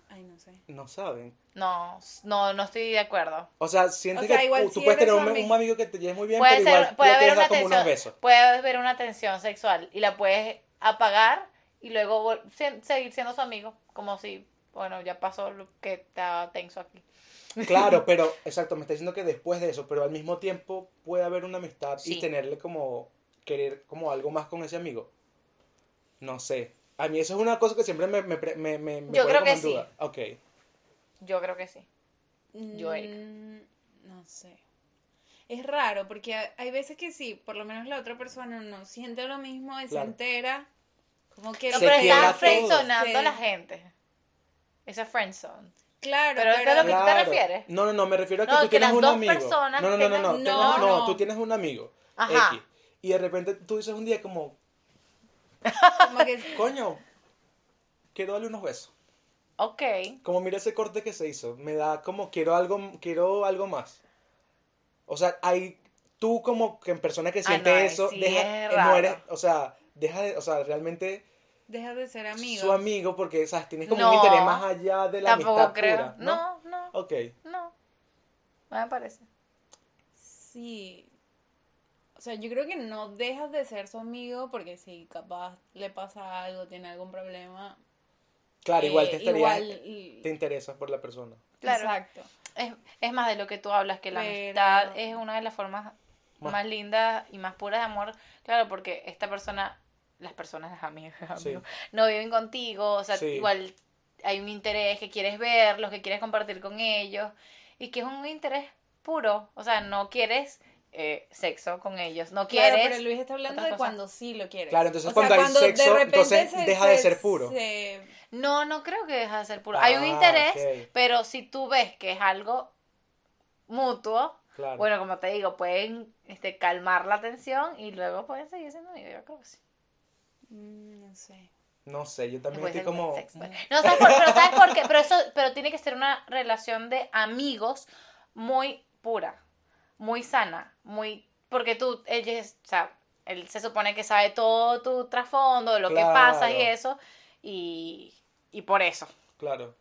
[SPEAKER 2] Ay, no sé.
[SPEAKER 1] no saben.
[SPEAKER 3] no, no, no estoy de acuerdo.
[SPEAKER 1] O sea, sientes
[SPEAKER 2] O sea,
[SPEAKER 1] que
[SPEAKER 2] igual
[SPEAKER 1] tú, tú
[SPEAKER 2] sí
[SPEAKER 1] puedes
[SPEAKER 2] eres
[SPEAKER 1] tener
[SPEAKER 2] su
[SPEAKER 1] un,
[SPEAKER 2] amigo.
[SPEAKER 1] un amigo que te lleves muy bien,
[SPEAKER 3] puede
[SPEAKER 1] pero
[SPEAKER 3] ser-
[SPEAKER 1] igual
[SPEAKER 3] puede
[SPEAKER 1] lo
[SPEAKER 3] haber
[SPEAKER 1] quieres
[SPEAKER 3] una
[SPEAKER 1] dar como unos
[SPEAKER 3] tensión,
[SPEAKER 1] besos.
[SPEAKER 3] puede haber una tensión sexual y la puedes apagar y luego vol- se- seguir siendo su amigo, como si, bueno, ya pasó lo que estaba tenso aquí. [LAUGHS]
[SPEAKER 1] Claro, pero exacto, me está diciendo que después de eso, pero al mismo tiempo puede haber una amistad y
[SPEAKER 3] Sí.
[SPEAKER 1] tenerle como querer como algo más con ese amigo. No sé. A mí eso es una cosa que siempre me, me, pre- me, me, me
[SPEAKER 3] Yo
[SPEAKER 1] pone
[SPEAKER 3] creo
[SPEAKER 1] como
[SPEAKER 3] que
[SPEAKER 1] en
[SPEAKER 3] sí.
[SPEAKER 1] duda. Ok.
[SPEAKER 3] Yo creo que sí. Yo, Erika.
[SPEAKER 2] Mm, No sé. Es raro, porque ha- hay veces que sí, por lo menos la otra persona no siente lo mismo, y se
[SPEAKER 1] Claro.
[SPEAKER 2] entera. Como que
[SPEAKER 3] No,
[SPEAKER 1] Se
[SPEAKER 3] pero
[SPEAKER 1] quiebra
[SPEAKER 3] estás
[SPEAKER 1] todo.
[SPEAKER 3] friendzonando a
[SPEAKER 2] Sí.
[SPEAKER 3] la gente. Esa es friendzone.
[SPEAKER 2] Claro,
[SPEAKER 3] pero eso es lo que- tú te
[SPEAKER 1] Claro.
[SPEAKER 3] refieres?
[SPEAKER 1] No, no, no, me refiero a que
[SPEAKER 3] No,
[SPEAKER 1] tú
[SPEAKER 3] que
[SPEAKER 1] tienes
[SPEAKER 3] las
[SPEAKER 1] un
[SPEAKER 3] dos
[SPEAKER 1] amigo.
[SPEAKER 3] personas
[SPEAKER 1] no, no, no, no,
[SPEAKER 3] tengan-
[SPEAKER 1] tengas-
[SPEAKER 2] No,
[SPEAKER 1] no,
[SPEAKER 2] no.
[SPEAKER 1] tú tienes un amigo.
[SPEAKER 3] Ajá.
[SPEAKER 1] X. Y de repente tú dices un día como,
[SPEAKER 2] como que-
[SPEAKER 1] coño, quiero darle unos besos.
[SPEAKER 3] Ok.
[SPEAKER 1] Como mira ese corte que se hizo, me da como quiero algo, quiero algo más. O sea, hay tú como que en persona que siente
[SPEAKER 3] Ah, no, ahí
[SPEAKER 1] eso,
[SPEAKER 3] sí
[SPEAKER 1] deja,
[SPEAKER 3] es
[SPEAKER 1] eh, no
[SPEAKER 3] raro.
[SPEAKER 1] eres, o sea, deja de, o sea, realmente
[SPEAKER 2] deja de ser amigo.
[SPEAKER 1] su amigo porque sabes, tienes como un
[SPEAKER 3] No.
[SPEAKER 1] interés más allá de la
[SPEAKER 3] Tampoco
[SPEAKER 1] amistad
[SPEAKER 3] creo.
[SPEAKER 1] pura, ¿no?
[SPEAKER 3] no, no,
[SPEAKER 1] Ok.
[SPEAKER 3] no. No me parece.
[SPEAKER 2] Sí. O sea, yo creo que no dejas de ser su amigo porque si capaz le pasa algo, tiene algún problema.
[SPEAKER 1] Claro, igual
[SPEAKER 2] eh,
[SPEAKER 1] te estaría
[SPEAKER 2] igual y-
[SPEAKER 1] te interesas por la persona.
[SPEAKER 3] Claro.
[SPEAKER 2] Exacto.
[SPEAKER 3] Es, es más de lo que tú hablas, que la
[SPEAKER 2] Pero-
[SPEAKER 3] amistad es una de las formas
[SPEAKER 1] Más-
[SPEAKER 3] más lindas y más puras de amor. Claro, porque esta persona, las personas, las amigas, [LAUGHS]
[SPEAKER 1] Sí.
[SPEAKER 3] amigos, no viven contigo, o sea,
[SPEAKER 1] Sí.
[SPEAKER 3] igual hay un interés que quieres ver, los que quieres compartir con ellos, y que es un interés puro, o sea, no quieres eh, sexo con ellos, no
[SPEAKER 2] Claro,
[SPEAKER 3] quieres...
[SPEAKER 2] pero Luis está hablando
[SPEAKER 3] otras
[SPEAKER 2] de
[SPEAKER 3] cosas.
[SPEAKER 2] cuando sí lo quieres.
[SPEAKER 1] Claro, entonces
[SPEAKER 2] O sea,
[SPEAKER 1] cuando hay
[SPEAKER 2] de
[SPEAKER 1] sexo,
[SPEAKER 2] repente
[SPEAKER 1] entonces
[SPEAKER 2] se-
[SPEAKER 1] deja de
[SPEAKER 2] se-
[SPEAKER 1] ser puro.
[SPEAKER 2] se-
[SPEAKER 3] No, no creo que deja de ser puro. hay un
[SPEAKER 1] Ah,
[SPEAKER 3] interés,
[SPEAKER 1] ok,
[SPEAKER 3] pero si tú ves que es algo mutuo,
[SPEAKER 1] claro.
[SPEAKER 3] Bueno, como te digo, pueden este, calmar la tensión y luego pueden seguir siendo amigos, yo creo que sí.
[SPEAKER 2] Mm, no sé.
[SPEAKER 1] No sé, yo también
[SPEAKER 3] Después
[SPEAKER 1] estoy
[SPEAKER 3] del
[SPEAKER 1] como
[SPEAKER 3] sexo. pues.
[SPEAKER 1] [LAUGHS]
[SPEAKER 3] No, ¿sabes por, pero ¿sabes por qué? Pero, eso, pero tiene que ser una relación de amigos muy pura, muy sana, muy... Porque tú, ella es- o sea, él se supone que sabe todo tu trasfondo, lo que pasa y
[SPEAKER 1] Claro.
[SPEAKER 3] eso, y, y por eso,
[SPEAKER 1] claro.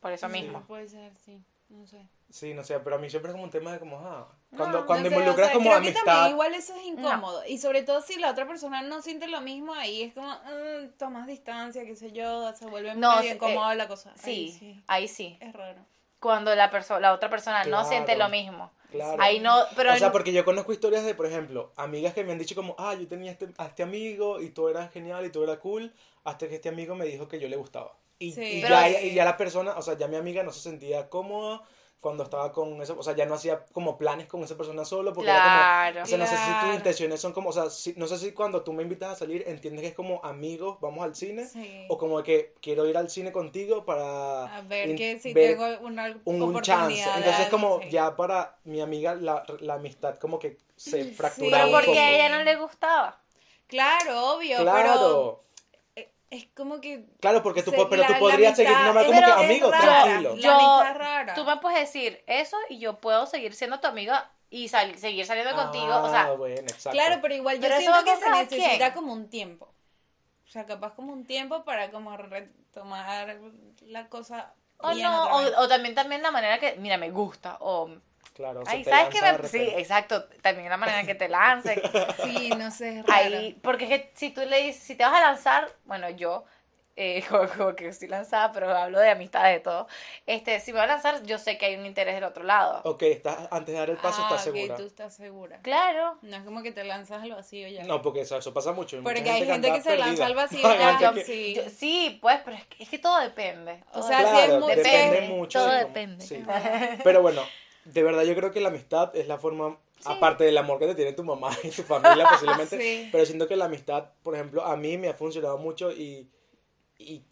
[SPEAKER 3] por eso
[SPEAKER 2] Sí,
[SPEAKER 3] mismo.
[SPEAKER 2] puede ser, sí. No sé.
[SPEAKER 1] Sí, no sé, pero a mí siempre es como un tema de como, ah,
[SPEAKER 3] No,
[SPEAKER 1] cuando,
[SPEAKER 3] no
[SPEAKER 1] cuando
[SPEAKER 2] No sé,
[SPEAKER 1] involucras
[SPEAKER 2] o sea,
[SPEAKER 1] como
[SPEAKER 2] creo que
[SPEAKER 1] amistad,
[SPEAKER 2] también igual eso es incómodo. Y sobre todo si la otra persona no siente lo mismo, ahí es como, mm, tomas distancia, qué sé yo, se vuelve
[SPEAKER 3] No,
[SPEAKER 2] medio
[SPEAKER 3] sí, eh,
[SPEAKER 2] incómodo la cosa. Ay,
[SPEAKER 3] Sí,
[SPEAKER 2] sí,
[SPEAKER 3] ahí sí.
[SPEAKER 2] es raro.
[SPEAKER 3] Cuando la, perso- la otra persona no siente
[SPEAKER 1] Claro.
[SPEAKER 3] lo mismo.
[SPEAKER 1] claro.
[SPEAKER 3] Ahí no, pero
[SPEAKER 1] o sea, porque yo conozco historias de, por ejemplo, amigas que me han dicho como, ah, yo tenía este, a este amigo y tú eras genial y tú eras cool, hasta que este amigo me dijo que yo le gustaba. Y,
[SPEAKER 2] Sí.
[SPEAKER 1] y
[SPEAKER 3] Pero-
[SPEAKER 1] ya, y ya la persona, o sea, ya mi amiga no se sentía cómoda cuando estaba con eso, o sea, ya no hacía como planes con esa persona solo, porque era
[SPEAKER 3] Claro.
[SPEAKER 1] como, o sea, no sé si tus
[SPEAKER 2] Claro.
[SPEAKER 1] intenciones son como, o sea, si- no sé si cuando tú me invitas a salir entiendes que es como amigos, vamos al cine,
[SPEAKER 2] Sí.
[SPEAKER 1] o como que quiero ir al cine contigo para
[SPEAKER 2] A ver
[SPEAKER 1] in-
[SPEAKER 2] que si
[SPEAKER 1] ver
[SPEAKER 2] tengo una
[SPEAKER 1] un, un
[SPEAKER 2] oportunidad.
[SPEAKER 1] chance. Entonces,
[SPEAKER 2] dale,
[SPEAKER 1] como
[SPEAKER 2] sí.
[SPEAKER 1] ya para mi amiga, la, la amistad como que se fractura.
[SPEAKER 2] Pero
[SPEAKER 1] un
[SPEAKER 3] porque
[SPEAKER 1] poco.
[SPEAKER 3] a ella no le gustaba.
[SPEAKER 2] Claro, obvio,
[SPEAKER 1] Claro,
[SPEAKER 2] pero es como que
[SPEAKER 1] claro, porque tú,
[SPEAKER 2] se-
[SPEAKER 1] po- pero
[SPEAKER 2] la-
[SPEAKER 1] tú
[SPEAKER 2] la
[SPEAKER 1] podrías
[SPEAKER 2] amistad
[SPEAKER 1] seguir normal
[SPEAKER 2] es-
[SPEAKER 1] como que
[SPEAKER 3] Eh, pero es
[SPEAKER 1] amigo,
[SPEAKER 2] rara,
[SPEAKER 1] tranquilo.
[SPEAKER 2] La amistad es rara.
[SPEAKER 3] Tú me puedes decir eso y yo puedo seguir siendo tu amiga y sal- seguir saliendo contigo. O sea,
[SPEAKER 1] Ah, bueno, exacto.
[SPEAKER 2] Claro, pero igual yo
[SPEAKER 3] Pero eso
[SPEAKER 2] siento
[SPEAKER 3] va
[SPEAKER 2] que
[SPEAKER 3] con
[SPEAKER 2] se
[SPEAKER 3] cada
[SPEAKER 2] necesita
[SPEAKER 3] quien.
[SPEAKER 2] como un tiempo. O sea, capaz como un tiempo para como retomar la cosa
[SPEAKER 3] o
[SPEAKER 2] bien
[SPEAKER 3] Oh, no,
[SPEAKER 2] otra vez.
[SPEAKER 3] o, o también también la manera que, mira, me gusta. O,
[SPEAKER 1] Claro, se
[SPEAKER 3] ay,
[SPEAKER 1] te
[SPEAKER 3] ¿sabes qué
[SPEAKER 1] lanza de
[SPEAKER 3] me- Sí,
[SPEAKER 2] eh,
[SPEAKER 1] repente.
[SPEAKER 3] exacto. También la manera
[SPEAKER 1] [LAUGHS]
[SPEAKER 3] que te lances. [LAUGHS]
[SPEAKER 2] Sí, no sé, es raro.
[SPEAKER 3] Ahí, porque es que si tú le dices, si te vas a lanzar, bueno, yo, eh, [LAUGHS] como, como que estoy lanzada, pero hablo de amistades de todo. Este, si me voy a lanzar, yo sé que hay un interés del otro lado.
[SPEAKER 1] Ok, estás, antes de dar el paso,
[SPEAKER 2] ah,
[SPEAKER 1] estás
[SPEAKER 2] ok,
[SPEAKER 1] segura.
[SPEAKER 2] tú estás segura.
[SPEAKER 3] Claro.
[SPEAKER 2] No es como que te lanzas al vacío ya.
[SPEAKER 1] No, porque eso, eso pasa mucho.
[SPEAKER 2] Porque
[SPEAKER 1] mucha
[SPEAKER 2] hay gente
[SPEAKER 1] anda
[SPEAKER 2] que se lanza
[SPEAKER 1] perdida.
[SPEAKER 2] al
[SPEAKER 1] [LAUGHS]
[SPEAKER 2] vacío,
[SPEAKER 1] Ay,
[SPEAKER 2] ya,
[SPEAKER 1] yo
[SPEAKER 3] yo-
[SPEAKER 1] que-
[SPEAKER 2] sí.
[SPEAKER 3] Yo- sí, pues, pero es que, es que todo depende.
[SPEAKER 2] O
[SPEAKER 3] Todo
[SPEAKER 2] sea,
[SPEAKER 3] depende.
[SPEAKER 2] sí es
[SPEAKER 1] Claro,
[SPEAKER 2] muy-
[SPEAKER 1] depende
[SPEAKER 2] depende,
[SPEAKER 1] mucho.
[SPEAKER 3] todo
[SPEAKER 1] de cómo-
[SPEAKER 3] depende.
[SPEAKER 1] sí.
[SPEAKER 2] Ajá.
[SPEAKER 1] Pero bueno, de verdad yo creo que la amistad es la forma,
[SPEAKER 3] Sí.
[SPEAKER 1] aparte del amor que te tiene tu mamá y
[SPEAKER 2] [LAUGHS]
[SPEAKER 1] tu familia posiblemente,
[SPEAKER 2] Sí.
[SPEAKER 1] pero siento que la amistad, por ejemplo, a mí me ha funcionado mucho y, y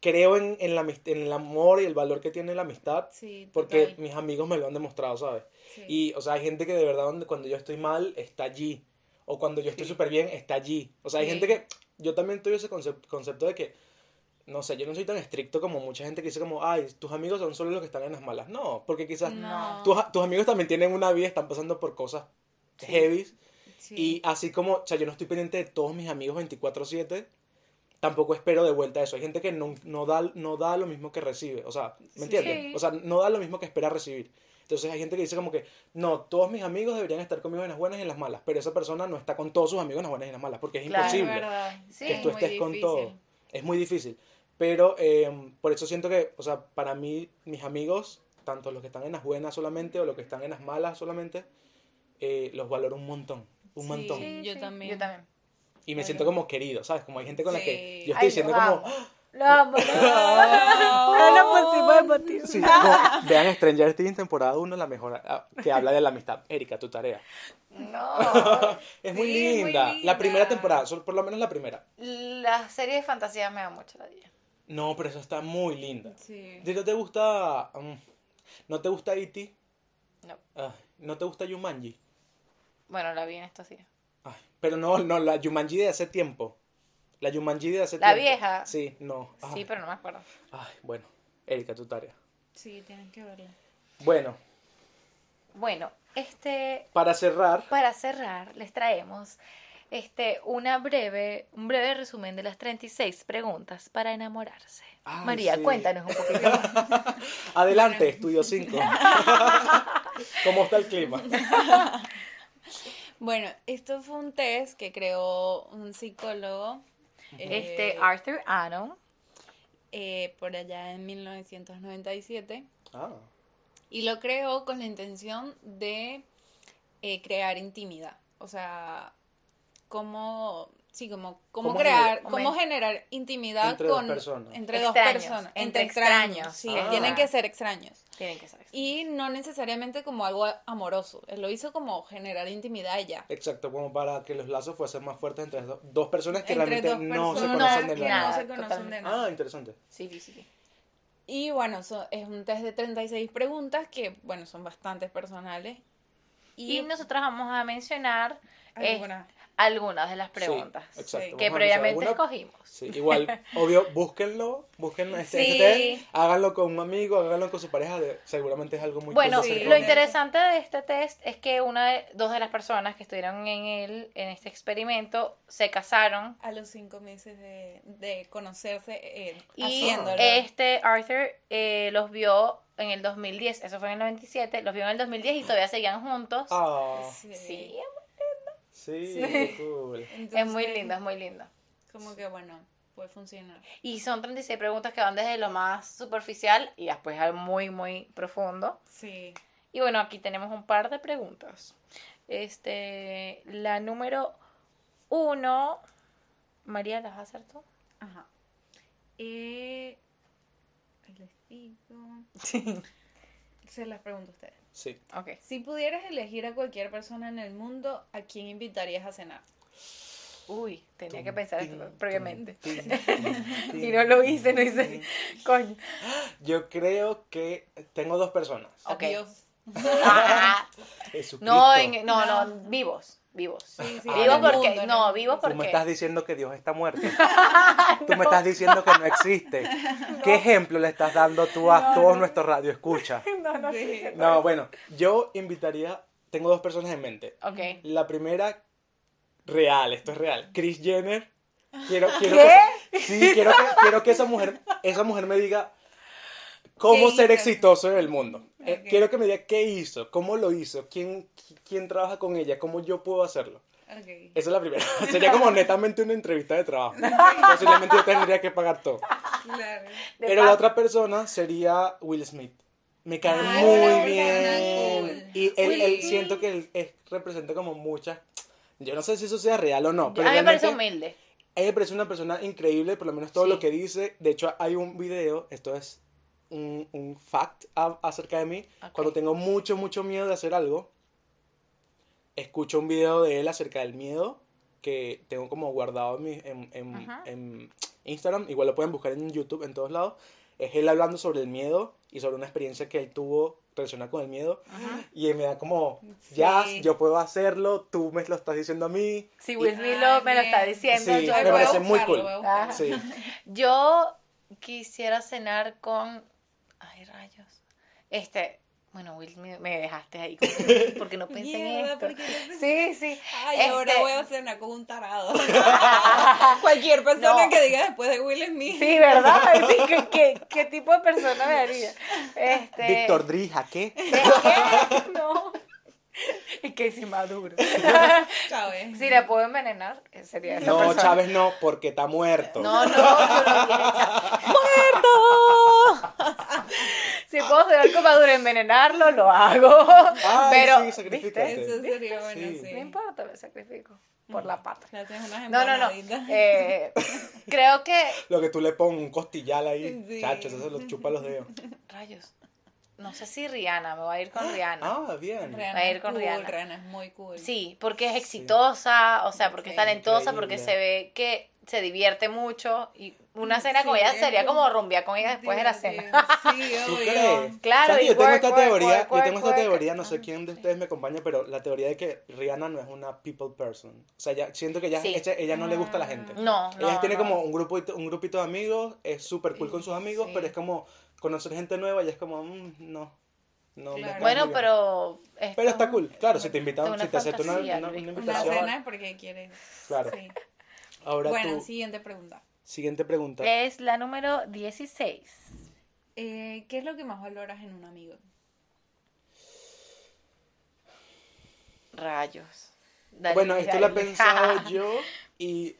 [SPEAKER 1] creo en, en, la, amist- en el amor y el valor que tiene la amistad
[SPEAKER 2] Sí,
[SPEAKER 1] porque
[SPEAKER 2] total,
[SPEAKER 1] mis amigos me lo han demostrado, ¿sabes?
[SPEAKER 2] sí.
[SPEAKER 1] Y, o sea, hay gente que de verdad donde- cuando yo estoy mal, está allí. O cuando yo estoy súper bien, está allí. O sea, hay
[SPEAKER 2] Sí.
[SPEAKER 1] gente que... Yo también tuve ese concep- concepto de que, no sé, yo no soy tan estricto como mucha gente que dice como, ay, tus amigos son solo los que están en las malas. No, porque quizás
[SPEAKER 2] No,
[SPEAKER 1] tus, tus amigos también tienen una vida, están pasando por cosas heavy.
[SPEAKER 2] sí.
[SPEAKER 1] Y así como, o sea, yo no estoy pendiente de todos mis amigos 24/7, tampoco espero de vuelta eso. Hay gente que no, no, da, no da lo mismo que recibe, o sea, ¿me entiendes?
[SPEAKER 4] Sí.
[SPEAKER 1] O sea, no da lo mismo que espera recibir. Entonces hay gente que dice como que, no, todos mis amigos deberían estar conmigo en las buenas y en las malas, pero esa persona no está con todos sus amigos en las buenas y en las malas, porque es
[SPEAKER 3] Claro,
[SPEAKER 2] Es
[SPEAKER 1] imposible
[SPEAKER 2] verdad,
[SPEAKER 4] Sí,
[SPEAKER 1] que
[SPEAKER 2] es
[SPEAKER 1] tú
[SPEAKER 2] muy
[SPEAKER 1] estés con todo.
[SPEAKER 2] difícil.
[SPEAKER 1] Es muy difícil. Pero eh, por eso siento que, o sea, para mí, mis amigos, tanto los que están en las buenas solamente o los que están en las malas solamente, eh, los valoro un montón. Un
[SPEAKER 2] Sí.
[SPEAKER 1] montón.
[SPEAKER 2] yo también.
[SPEAKER 3] Yo también.
[SPEAKER 1] Y me
[SPEAKER 2] Obvio.
[SPEAKER 1] siento como querido, ¿sabes? Como hay gente con la que
[SPEAKER 2] Sí.
[SPEAKER 1] yo estoy
[SPEAKER 4] Ay,
[SPEAKER 1] diciendo
[SPEAKER 4] los
[SPEAKER 1] como... "Ah,
[SPEAKER 4] amo. Lo amo, lo amo.
[SPEAKER 1] Sí, como, vean Stranger Things temporada 1, la mejor ah, que habla de la amistad. Erika, tu tarea. [LAUGHS]
[SPEAKER 3] No.
[SPEAKER 1] Es muy,
[SPEAKER 2] Sí, es muy
[SPEAKER 1] linda.
[SPEAKER 2] linda.
[SPEAKER 1] La primera temporada, solo- por lo menos la primera.
[SPEAKER 3] Las series de fantasía me dan mucho la idea.
[SPEAKER 1] No, pero eso está muy linda.
[SPEAKER 2] Sí.
[SPEAKER 1] ¿De qué te gusta? mm, ¿No te gusta E E.T.?
[SPEAKER 3] No.
[SPEAKER 1] Ay, Ah, ¿No te gusta Yumanji?
[SPEAKER 3] Bueno, la vi en estos días.
[SPEAKER 1] pero no, no, la Yumanji de hace tiempo. La Yumanji de hace
[SPEAKER 3] ¿La
[SPEAKER 1] tiempo.
[SPEAKER 3] vieja?
[SPEAKER 1] Sí, no. Ay,
[SPEAKER 3] Sí, pero no me acuerdo.
[SPEAKER 1] ay, bueno. Erika, tu tarea.
[SPEAKER 2] Sí, tienes que verla.
[SPEAKER 1] Bueno,
[SPEAKER 3] Bueno, este,
[SPEAKER 1] para cerrar,
[SPEAKER 3] para cerrar, les traemos este, una breve, un breve resumen de las 36 preguntas para enamorarse.
[SPEAKER 1] Ay,
[SPEAKER 3] María,
[SPEAKER 1] sí.
[SPEAKER 3] cuéntanos un poquito.
[SPEAKER 1] [LAUGHS] Adelante, estudio
[SPEAKER 3] [LAUGHS]
[SPEAKER 1] 5. ¿Cómo está el clima?
[SPEAKER 2] Bueno, esto fue un test que creó un psicólogo
[SPEAKER 3] este,
[SPEAKER 2] eh,
[SPEAKER 3] Arthur Anon.
[SPEAKER 2] eh, por allá en 1997
[SPEAKER 1] Ah,
[SPEAKER 2] y lo creó con la intención de eh, crear intimidad, o sea, cómo, sí, como, cómo
[SPEAKER 1] ¿Cómo
[SPEAKER 2] crear,
[SPEAKER 1] gener-
[SPEAKER 2] cómo generar intimidad
[SPEAKER 1] entre dos
[SPEAKER 2] con
[SPEAKER 1] personas.
[SPEAKER 2] entre
[SPEAKER 3] Extraños,
[SPEAKER 2] dos personas,
[SPEAKER 3] entre extraños,
[SPEAKER 2] sí,
[SPEAKER 1] ah.
[SPEAKER 2] tienen que ser extraños.
[SPEAKER 3] Tienen que saber.
[SPEAKER 2] Y no necesariamente como algo amoroso. Él lo hizo como generar intimidad y ya.
[SPEAKER 1] Exacto, como para que los lazos fuesen más fuertes entre do- dos personas que
[SPEAKER 2] Entre
[SPEAKER 1] realmente
[SPEAKER 2] dos
[SPEAKER 1] no se
[SPEAKER 2] personas
[SPEAKER 1] conocen de
[SPEAKER 2] que
[SPEAKER 1] la
[SPEAKER 2] no
[SPEAKER 1] nada.
[SPEAKER 2] se conocen de
[SPEAKER 3] totalmente.
[SPEAKER 2] nada.
[SPEAKER 1] Ah, interesante.
[SPEAKER 3] Sí, sí, sí.
[SPEAKER 2] Y bueno, so- es un test de 36 preguntas que, bueno, son bastante personales.
[SPEAKER 3] Y
[SPEAKER 2] Y,
[SPEAKER 3] nosotros vamos a mencionar
[SPEAKER 2] alguna-
[SPEAKER 3] algunas de las
[SPEAKER 1] Sí,
[SPEAKER 3] preguntas
[SPEAKER 1] exacto. Vamos a
[SPEAKER 3] que
[SPEAKER 1] revisar
[SPEAKER 3] previamente
[SPEAKER 1] alguna.
[SPEAKER 3] escogimos.
[SPEAKER 1] Sí, igual, obvio, búsquenlo, búsquenlo este,
[SPEAKER 3] Sí.
[SPEAKER 1] este test, háganlo con un amigo, háganlo con su pareja, de- seguramente es algo muy
[SPEAKER 3] Bueno,
[SPEAKER 1] cool de hacer
[SPEAKER 3] lo
[SPEAKER 1] con-
[SPEAKER 2] inter-
[SPEAKER 3] interesante de este test es que una de, dos de las personas que estuvieron en él, en este experimento, se casaron
[SPEAKER 2] a los cinco meses de, de conocerse eh,
[SPEAKER 3] y
[SPEAKER 2] haciéndolo.
[SPEAKER 3] este Arthur eh, los vio en el 2010, eso fue en el 97, los vio en el 2010 y todavía seguían juntos.
[SPEAKER 1] Ah,
[SPEAKER 2] Sí.
[SPEAKER 3] Sí,
[SPEAKER 1] sí,
[SPEAKER 2] Sí.
[SPEAKER 1] qué cool.
[SPEAKER 2] Entonces,
[SPEAKER 3] es muy lindo, es muy lindo.
[SPEAKER 2] Como que, bueno, puede funcionar.
[SPEAKER 3] Y son 36 preguntas que van desde lo más superficial y después al muy, muy profundo.
[SPEAKER 2] Sí.
[SPEAKER 3] Y bueno, aquí tenemos un par de preguntas. Este, la número uno, María, ¿las vas a hacer tú?
[SPEAKER 2] Ajá. Eh, les digo. Se las pregunto a ustedes.
[SPEAKER 1] Sí.
[SPEAKER 3] Ok.
[SPEAKER 2] Si pudieras elegir a cualquier persona en el mundo, ¿a quién invitarías a cenar?
[SPEAKER 3] Uy, tenía que
[SPEAKER 1] Tum,
[SPEAKER 3] pensar
[SPEAKER 1] tin,
[SPEAKER 3] esto
[SPEAKER 1] tum,
[SPEAKER 3] previamente. [LAUGHS]
[SPEAKER 1] tin, tin,
[SPEAKER 3] Y no lo hice, no
[SPEAKER 1] tin,
[SPEAKER 3] hice.
[SPEAKER 1] tin.
[SPEAKER 3] Coño.
[SPEAKER 1] Yo creo que tengo dos personas.
[SPEAKER 3] Ok. [LAUGHS]
[SPEAKER 2] Adiós.
[SPEAKER 3] Ah,
[SPEAKER 1] Jesucristo.
[SPEAKER 3] no, en- no, no,
[SPEAKER 2] No.
[SPEAKER 3] vivos, vivos.
[SPEAKER 2] Sí, sí,
[SPEAKER 1] Ah,
[SPEAKER 2] en
[SPEAKER 3] Vivo
[SPEAKER 2] el
[SPEAKER 3] porque,
[SPEAKER 2] mundo, en
[SPEAKER 3] no,
[SPEAKER 2] el
[SPEAKER 3] vivo
[SPEAKER 2] mundo.
[SPEAKER 1] Tú me
[SPEAKER 3] porque.
[SPEAKER 1] estás diciendo que Dios está
[SPEAKER 3] [LAUGHS]
[SPEAKER 1] muerto. Tú me estás diciendo que no existe. ¿Qué ejemplo le estás dando tú a
[SPEAKER 3] No,
[SPEAKER 1] todos
[SPEAKER 3] no.
[SPEAKER 1] nuestros radio escucha?
[SPEAKER 3] [LAUGHS] No, no,
[SPEAKER 2] Sí.
[SPEAKER 3] sí.
[SPEAKER 1] No, bueno, yo invitaría, tengo dos personas en mente.
[SPEAKER 3] Ok.
[SPEAKER 1] La primera, real, esto es real. Chris Jenner.
[SPEAKER 2] [LAUGHS]
[SPEAKER 1] Quiero, quiero
[SPEAKER 3] ¿Qué?
[SPEAKER 1] Que, sí, quiero que, quiero que esa mujer, esa mujer me diga cómo
[SPEAKER 2] ¿Qué
[SPEAKER 1] ser
[SPEAKER 2] hizo?
[SPEAKER 1] exitoso en el mundo. Eh,
[SPEAKER 2] Ok.
[SPEAKER 1] quiero que me diga qué hizo, cómo lo hizo, quién, quién trabaja con ella, cómo yo puedo hacerlo.
[SPEAKER 2] Ok.
[SPEAKER 1] Esa es la primera. [LAUGHS] Sería
[SPEAKER 2] [LAUGHS]
[SPEAKER 1] como netamente una entrevista de trabajo. Posiblemente yo tendría que pagar todo.
[SPEAKER 2] Claro.
[SPEAKER 3] De
[SPEAKER 1] Pero la
[SPEAKER 3] paso.
[SPEAKER 1] otra persona sería Will Smith. Me cae
[SPEAKER 2] Ay,
[SPEAKER 1] muy
[SPEAKER 2] una persona
[SPEAKER 1] bien.
[SPEAKER 2] cool.
[SPEAKER 1] Y él,
[SPEAKER 3] Will
[SPEAKER 1] él
[SPEAKER 3] Smith.
[SPEAKER 1] siento que él es- representa como muchas. Yo no sé si eso sea real o no, pero
[SPEAKER 3] A mí me parece
[SPEAKER 1] realmente,
[SPEAKER 3] humilde.
[SPEAKER 1] él me parece una persona increíble, por lo menos todo
[SPEAKER 3] Sí.
[SPEAKER 1] lo que dice. De hecho, hay un video, esto es un, un fact a- acerca de mí.
[SPEAKER 3] Ok.
[SPEAKER 1] Cuando tengo mucho, mucho miedo de hacer algo, escucho un video de él acerca del miedo que tengo como guardado en mi, en, en-
[SPEAKER 3] Ajá.
[SPEAKER 1] en- Instagram, igual lo pueden buscar en YouTube, en todos lados. Es él hablando sobre el miedo y sobre una experiencia que él tuvo relacionada con el miedo.
[SPEAKER 4] Ajá.
[SPEAKER 1] Y me da como,
[SPEAKER 2] Sí.
[SPEAKER 1] ya, yo puedo hacerlo, tú me lo estás diciendo a mí.
[SPEAKER 4] Si Will Smith lo- me lo está
[SPEAKER 2] Ay,
[SPEAKER 4] diciendo,
[SPEAKER 1] Sí,
[SPEAKER 4] yo
[SPEAKER 1] me
[SPEAKER 2] voy a
[SPEAKER 1] parece
[SPEAKER 2] buscarlo,
[SPEAKER 1] muy cool.
[SPEAKER 2] voy a buscarlo.
[SPEAKER 3] [LAUGHS]
[SPEAKER 1] Sí,
[SPEAKER 3] Yo quisiera cenar con. Ay, rayos. Este. Bueno, Will, me, me dejaste ahí como [LAUGHS] que, porque no pensé en
[SPEAKER 2] Mierda,
[SPEAKER 3] esto.
[SPEAKER 2] ¿por qué no pensé?
[SPEAKER 3] Sí, [LAUGHS] sí.
[SPEAKER 2] Ay, ahora
[SPEAKER 3] Este-
[SPEAKER 2] voy a cenar con un tarado.
[SPEAKER 3] [LAUGHS]
[SPEAKER 2] Cualquier persona
[SPEAKER 3] No.
[SPEAKER 2] que diga después de Will Smith.
[SPEAKER 3] Sí, ¿verdad? [LAUGHS] Sí, ¿qué, qué, qué tipo de persona me haría? Este,
[SPEAKER 1] Víctor Drija, ¿qué?
[SPEAKER 3] ¿qué- qué? No. Es que es inmaduro. [LAUGHS] si
[SPEAKER 2] Chávez.
[SPEAKER 3] la puedo envenenar, eh, sería esa
[SPEAKER 1] No,
[SPEAKER 3] persona.
[SPEAKER 1] Chávez no, porque está muerto.
[SPEAKER 3] No, no, yo no dije Chávez. ¡Muerto! [LAUGHS] si puedo cenar con Maduro y envenenarlo, lo hago.
[SPEAKER 1] Ay,
[SPEAKER 3] Pero,
[SPEAKER 1] sí, sacrificate.
[SPEAKER 2] Eso sería bueno,
[SPEAKER 1] Sí.
[SPEAKER 2] sí.
[SPEAKER 3] No importa, me sacrifico por la patria.
[SPEAKER 2] Le haces unas
[SPEAKER 3] No, no, no.
[SPEAKER 2] empanaditas.
[SPEAKER 3] Eh, creo que
[SPEAKER 1] Lo que tú le pones un costillal ahí,
[SPEAKER 2] Sí.
[SPEAKER 1] chacho, eso se lo chupa los
[SPEAKER 3] [LAUGHS]
[SPEAKER 1] dedos.
[SPEAKER 3] Rayos. No sé si Rihanna, me voy a ir con Rihanna.
[SPEAKER 1] Ah, bien.
[SPEAKER 2] Rihanna
[SPEAKER 3] Va a ir
[SPEAKER 2] es
[SPEAKER 3] con
[SPEAKER 2] cool,
[SPEAKER 3] Rihanna.
[SPEAKER 2] es muy cool.
[SPEAKER 3] Sí, porque es exitosa, o sea, porque es
[SPEAKER 2] Increíble.
[SPEAKER 3] talentosa, porque se ve que se divierte mucho y una cena con
[SPEAKER 2] Mm, Sí,
[SPEAKER 3] ella
[SPEAKER 2] es
[SPEAKER 3] sería
[SPEAKER 2] como-
[SPEAKER 3] como rumbear con ella después de la
[SPEAKER 2] Dios,
[SPEAKER 3] cena.
[SPEAKER 2] Dios, Sí,
[SPEAKER 1] [LAUGHS] ¿Tú
[SPEAKER 2] obvio.
[SPEAKER 1] crees?
[SPEAKER 3] Claro,
[SPEAKER 1] ¿Sabes que
[SPEAKER 3] y
[SPEAKER 1] yo tengo
[SPEAKER 3] work,
[SPEAKER 1] esta
[SPEAKER 3] work,
[SPEAKER 1] teoría, yo
[SPEAKER 3] work,
[SPEAKER 1] tengo
[SPEAKER 3] work,
[SPEAKER 1] esta
[SPEAKER 3] work.
[SPEAKER 1] teoría, no sé
[SPEAKER 3] Ah,
[SPEAKER 1] quién de
[SPEAKER 3] sí.
[SPEAKER 1] ustedes me acompaña, pero la teoría de que Rihanna no es una people person. O sea, ya, siento que ella,
[SPEAKER 3] Sí. Ah,
[SPEAKER 1] ella, ella no le gusta a la gente.
[SPEAKER 3] No, no.
[SPEAKER 1] ella tiene
[SPEAKER 3] no.
[SPEAKER 1] como un grupito, un grupito de amigos, es súper cool con sus amigos,
[SPEAKER 3] Sí.
[SPEAKER 1] pero es como conocer gente nueva y es como, mm, no, no. me
[SPEAKER 2] Claro.
[SPEAKER 1] cae
[SPEAKER 3] Bueno,
[SPEAKER 1] muy bien.
[SPEAKER 3] pero. esto
[SPEAKER 1] Pero
[SPEAKER 3] es
[SPEAKER 1] está
[SPEAKER 3] un-
[SPEAKER 1] cool, claro, si te invitan,
[SPEAKER 3] una
[SPEAKER 1] si te aceptan una,
[SPEAKER 3] fantasía,
[SPEAKER 1] una- una
[SPEAKER 3] Luis. Una
[SPEAKER 2] Una
[SPEAKER 1] invitación.
[SPEAKER 2] cena es porque quieres.
[SPEAKER 1] Claro.
[SPEAKER 2] Sí.
[SPEAKER 1] Ahora
[SPEAKER 2] Bueno,
[SPEAKER 1] tú,
[SPEAKER 2] siguiente pregunta.
[SPEAKER 1] siguiente pregunta.
[SPEAKER 3] Es la número 16.
[SPEAKER 2] Eh, ¿Qué es lo que más valoras en un
[SPEAKER 1] [LAUGHS]
[SPEAKER 2] amigo?
[SPEAKER 3] Rayos. Dale,
[SPEAKER 1] bueno, esto lo he
[SPEAKER 3] dale. [LAUGHS]
[SPEAKER 1] pensado [LAUGHS] yo y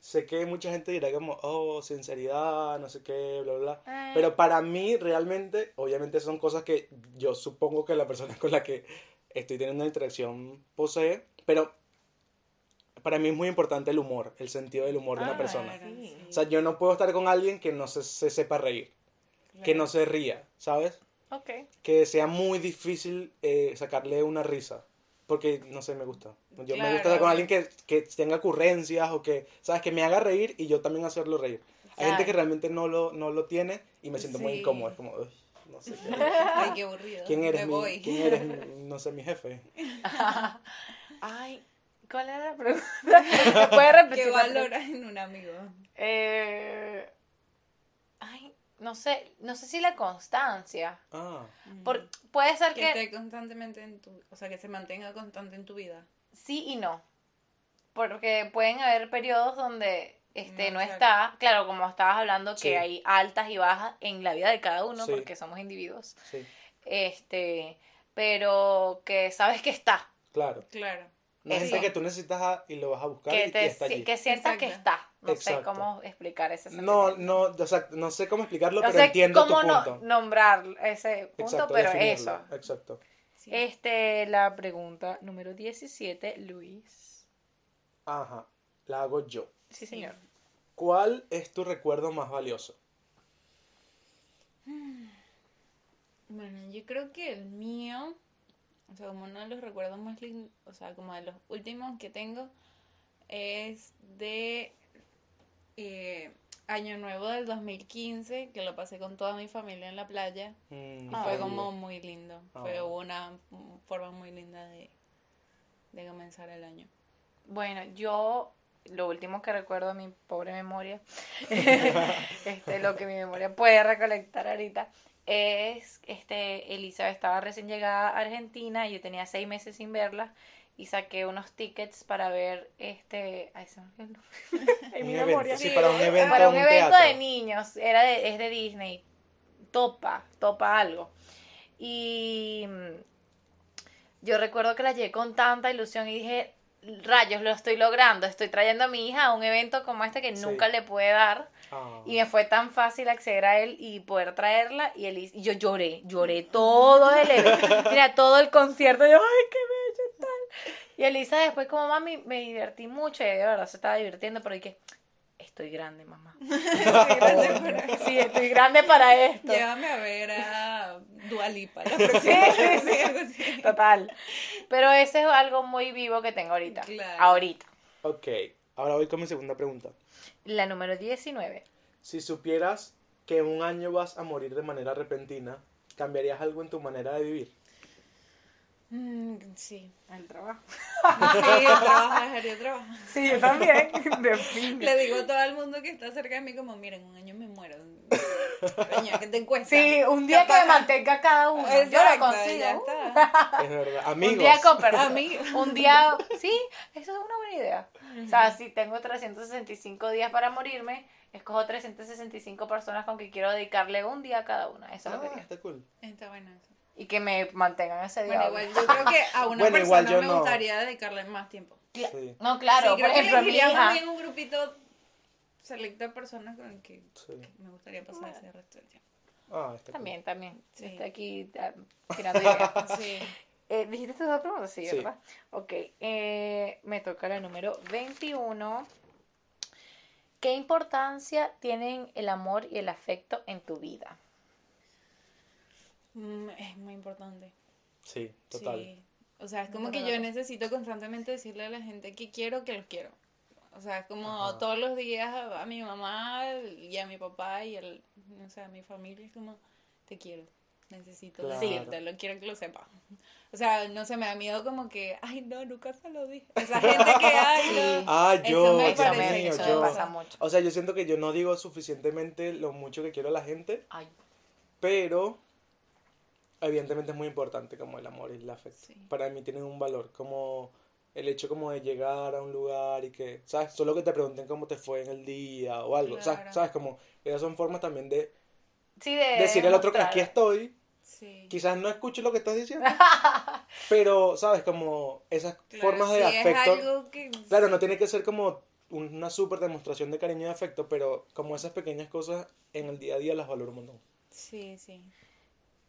[SPEAKER 1] sé que mucha gente dirá como, oh, sinceridad, no sé qué, bla, bla. bla.
[SPEAKER 3] Ay.
[SPEAKER 1] Pero para mí realmente, obviamente son cosas que yo supongo que la persona con la que estoy teniendo una interacción posee, pero para mí es muy importante el humor, el sentido del humor de
[SPEAKER 3] Ah,
[SPEAKER 1] una persona.
[SPEAKER 2] Claro,
[SPEAKER 3] sí.
[SPEAKER 1] O sea, yo no puedo estar con alguien que no se, se sepa reír, que no se ría, ¿sabes?
[SPEAKER 3] Ok.
[SPEAKER 1] que sea muy difícil eh, sacarle una risa. Porque, no sé, me gusta. Yo me
[SPEAKER 2] Claro.
[SPEAKER 1] gusta estar con alguien que, que tenga ocurrencias o que, ¿sabes? Que me haga reír y yo también hacerlo reír. Hay gente que realmente no lo, no lo tiene y me siento muy
[SPEAKER 2] Sí.
[SPEAKER 1] incómodo. Es como, "Uy, no
[SPEAKER 3] [LAUGHS]
[SPEAKER 1] sé qué hago".
[SPEAKER 2] Ay, qué aburrido.
[SPEAKER 1] ¿Quién eres?
[SPEAKER 2] Me
[SPEAKER 1] mi-
[SPEAKER 2] voy.
[SPEAKER 1] ¿Quién
[SPEAKER 2] [LAUGHS]
[SPEAKER 1] eres? mi- No sé, mi jefe.
[SPEAKER 3] Ay, ¿cuál era la pregunta? [LAUGHS] ¿Puedes repetir?
[SPEAKER 2] ¿Qué
[SPEAKER 3] la pregunta?
[SPEAKER 2] valoras en un amigo?
[SPEAKER 3] Eh, ay, no sé, no sé si la constancia.
[SPEAKER 1] Ah,
[SPEAKER 3] Por- puede ser
[SPEAKER 2] Mm. que,
[SPEAKER 3] que
[SPEAKER 2] esté constantemente en tu, o sea, que se mantenga constante en tu vida.
[SPEAKER 3] sí y no. Porque pueden haber periodos donde este
[SPEAKER 2] No,
[SPEAKER 3] no,
[SPEAKER 2] claro.
[SPEAKER 3] está, claro, como estabas hablando, que
[SPEAKER 1] Sí.
[SPEAKER 3] hay altas y bajas en la vida de cada uno,
[SPEAKER 1] Sí.
[SPEAKER 3] porque somos individuos.
[SPEAKER 1] sí,
[SPEAKER 3] Este, pero que sabes que está,
[SPEAKER 1] claro.
[SPEAKER 2] Claro.
[SPEAKER 1] No es gente
[SPEAKER 3] Eso.
[SPEAKER 1] que tú necesitas a- y lo vas a buscar
[SPEAKER 3] que
[SPEAKER 1] y
[SPEAKER 3] te
[SPEAKER 1] que está
[SPEAKER 3] si-
[SPEAKER 1] allí.
[SPEAKER 3] que sientas que
[SPEAKER 2] Exacto.
[SPEAKER 3] está. No sé
[SPEAKER 1] Exacto.
[SPEAKER 3] cómo explicar ese
[SPEAKER 1] No,
[SPEAKER 3] sentimiento.
[SPEAKER 1] no, o sea, no sé cómo explicarlo,
[SPEAKER 3] No
[SPEAKER 1] pero
[SPEAKER 3] sé
[SPEAKER 1] entiendo tu
[SPEAKER 3] cómo no-
[SPEAKER 1] punto.
[SPEAKER 3] nombrar ese punto,
[SPEAKER 1] Exacto,
[SPEAKER 3] pero
[SPEAKER 1] definirlo.
[SPEAKER 3] eso.
[SPEAKER 1] Exacto.
[SPEAKER 2] Sí.
[SPEAKER 1] Eh,
[SPEAKER 3] Este, la pregunta número 17, Luis.
[SPEAKER 1] Ajá, la hago yo.
[SPEAKER 3] Sí,
[SPEAKER 2] Sí.
[SPEAKER 3] señor.
[SPEAKER 1] ¿Cuál es tu recuerdo más valioso?
[SPEAKER 2] Bueno, yo creo que el mío, o sea, como uno de los recuerdos más lindos, o sea, como de los últimos que tengo, es de eh, Año Nuevo del 2015, que lo pasé con toda mi familia en la playa.
[SPEAKER 1] Mm,
[SPEAKER 2] Y Ah, fue
[SPEAKER 1] increíble.
[SPEAKER 2] como muy lindo, fue
[SPEAKER 1] Ah.
[SPEAKER 2] una forma muy linda de, de comenzar el año.
[SPEAKER 3] Bueno, yo lo último que recuerdo de mi pobre memoria, este, lo que mi memoria puede recolectar ahorita, es, este, Elizabeth estaba recién llegada a Argentina, yo tenía seis meses sin verla y saqué unos tickets para ver, este, ay, se me olvidó el nombre. En
[SPEAKER 1] Un
[SPEAKER 3] mi
[SPEAKER 1] evento,
[SPEAKER 3] memoria.
[SPEAKER 1] sí, para un evento,
[SPEAKER 3] Para un
[SPEAKER 1] un
[SPEAKER 3] evento
[SPEAKER 1] teatro.
[SPEAKER 3] de niños, era de, es de Disney, topa, topa algo. Y mm, yo recuerdo que la llevé con tanta ilusión y dije, rayos, lo estoy logrando, estoy trayendo a mi hija a un evento como este que
[SPEAKER 1] Sí.
[SPEAKER 3] nunca le pude dar.
[SPEAKER 1] Ah.
[SPEAKER 3] Y me fue tan fácil acceder a él y poder traerla. Y él hizo- y yo lloré, lloré todo el evento. Mira, todo el concierto. Yo, ay, qué bello y tal. Y Elisa después, como mami, me divertí mucho. Y de verdad se estaba divirtiendo, pero dije, estoy grande, mamá.
[SPEAKER 2] Estoy
[SPEAKER 1] [LAUGHS]
[SPEAKER 2] [LAUGHS] grande para-
[SPEAKER 3] Sí, estoy grande para esto.
[SPEAKER 2] Llévame a ver a Dualipa la próxima.
[SPEAKER 3] sí, sí.
[SPEAKER 2] algo así.
[SPEAKER 3] Total. Pero ese es algo muy vivo que tengo ahorita.
[SPEAKER 2] Claro.
[SPEAKER 3] Ahorita.
[SPEAKER 1] Ok, Ahora voy con mi segunda pregunta.
[SPEAKER 3] La número 19.
[SPEAKER 1] Si supieras que en un año vas a morir de manera repentina, ¿cambiarías algo en tu manera de vivir?
[SPEAKER 2] [LAUGHS] Mm, sí.
[SPEAKER 3] El trabajo.
[SPEAKER 2] Sí, yo trabajo, yo trabajo.
[SPEAKER 3] Sí, yo también.
[SPEAKER 2] [LAUGHS]
[SPEAKER 3] [LAUGHS]
[SPEAKER 2] Le digo a todo el mundo que está cerca de mí como, miren, un año me muero. Coño, ¿qué te cuesta?
[SPEAKER 3] Sí, un día que
[SPEAKER 2] Capaz-
[SPEAKER 3] me mantenga cada uno. yo lo
[SPEAKER 2] Exacto, ya [LAUGHS]
[SPEAKER 3] consigo.
[SPEAKER 2] está.
[SPEAKER 1] Es verdad.
[SPEAKER 3] Un
[SPEAKER 1] Amigos. Ah,
[SPEAKER 3] día con perdón.
[SPEAKER 2] Amigos.
[SPEAKER 3] Un día. Sí, eso es una buena idea. [LAUGHS] O sea, si tengo 365 días para morirme, escojo 365 personas con que quiero dedicarle un día a cada una. Eso es lo que
[SPEAKER 1] Ah,
[SPEAKER 3] digo.
[SPEAKER 1] está cool.
[SPEAKER 2] Está bueno eso.
[SPEAKER 3] Y que me mantengan ese día.
[SPEAKER 2] Bueno, igual yo creo que a una
[SPEAKER 1] Bueno, igual
[SPEAKER 2] persona
[SPEAKER 1] yo
[SPEAKER 2] me
[SPEAKER 1] no.
[SPEAKER 2] gustaría dedicarle más tiempo.
[SPEAKER 3] Cla-
[SPEAKER 1] Sí,
[SPEAKER 3] No, claro.
[SPEAKER 2] sí,
[SPEAKER 3] por
[SPEAKER 2] creo que
[SPEAKER 3] ejemplo, mi
[SPEAKER 2] elegiría
[SPEAKER 3] hija.
[SPEAKER 2] muy bien un grupito selecto de personas con el que
[SPEAKER 1] sí.
[SPEAKER 2] me gustaría pasar ese resto del tiempo.
[SPEAKER 1] Ah, está cool.
[SPEAKER 3] También, también.
[SPEAKER 2] Sí.
[SPEAKER 3] Está aquí ah, tirando
[SPEAKER 1] [LAUGHS]
[SPEAKER 3] ideas.
[SPEAKER 2] Sí.
[SPEAKER 3] Eh, ¿Dijiste tus dos preguntas? Sí,
[SPEAKER 1] Sí.
[SPEAKER 3] ¿verdad? Ok. eh, me toca la número 21. ¿Qué importancia tienen el amor y el afecto en tu vida?
[SPEAKER 2] Mm, Es muy importante.
[SPEAKER 1] Sí, total.
[SPEAKER 2] Sí. O sea, es como que yo
[SPEAKER 3] Total.
[SPEAKER 2] necesito constantemente decirle a la gente que quiero, que los quiero. O sea, es como
[SPEAKER 1] Ajá.
[SPEAKER 2] todos los días a, a mi mamá y a mi papá y al, no sé, a mi familia es como, te quiero, necesito
[SPEAKER 1] Claro.
[SPEAKER 2] decirte, lo quiero que lo sepa. O sea, no sé, me da miedo como que, ay, no, nunca se lo dije. Esa gente
[SPEAKER 1] [LAUGHS]
[SPEAKER 2] que, ay, no.
[SPEAKER 3] Sí.
[SPEAKER 1] Ah,
[SPEAKER 2] Eso
[SPEAKER 1] yo,
[SPEAKER 2] me
[SPEAKER 1] Dios
[SPEAKER 2] parece
[SPEAKER 1] mío,
[SPEAKER 2] que
[SPEAKER 3] eso me
[SPEAKER 1] yo.
[SPEAKER 3] pasa mucho.
[SPEAKER 1] O sea, yo siento que yo no digo suficientemente lo mucho que quiero a la gente,
[SPEAKER 3] Ay,
[SPEAKER 1] pero evidentemente es muy importante como el amor y el afecto.
[SPEAKER 2] Sí.
[SPEAKER 1] Para mí tienen un valor, como el hecho como de llegar a un lugar y que, ¿sabes? Solo que te pregunten cómo te fue en el día o algo, ¿sabes?
[SPEAKER 2] Claro.
[SPEAKER 1] ¿Sabes? Como esas son formas también de
[SPEAKER 3] Sí, de
[SPEAKER 1] decir al otro que
[SPEAKER 3] mostrar.
[SPEAKER 1] aquí estoy.
[SPEAKER 2] Sí.
[SPEAKER 1] Quizás no escucho lo que
[SPEAKER 2] [LAUGHS]
[SPEAKER 1] estás diciendo, pero, ¿sabes? Como esas
[SPEAKER 2] Claro,
[SPEAKER 1] formas de
[SPEAKER 2] sí,
[SPEAKER 1] afecto.
[SPEAKER 2] Es algo que,
[SPEAKER 1] Claro, no tiene que ser como una super demostración de cariño y afecto, pero como esas pequeñas cosas en el día a día las valoro un montón.
[SPEAKER 2] Sí, sí.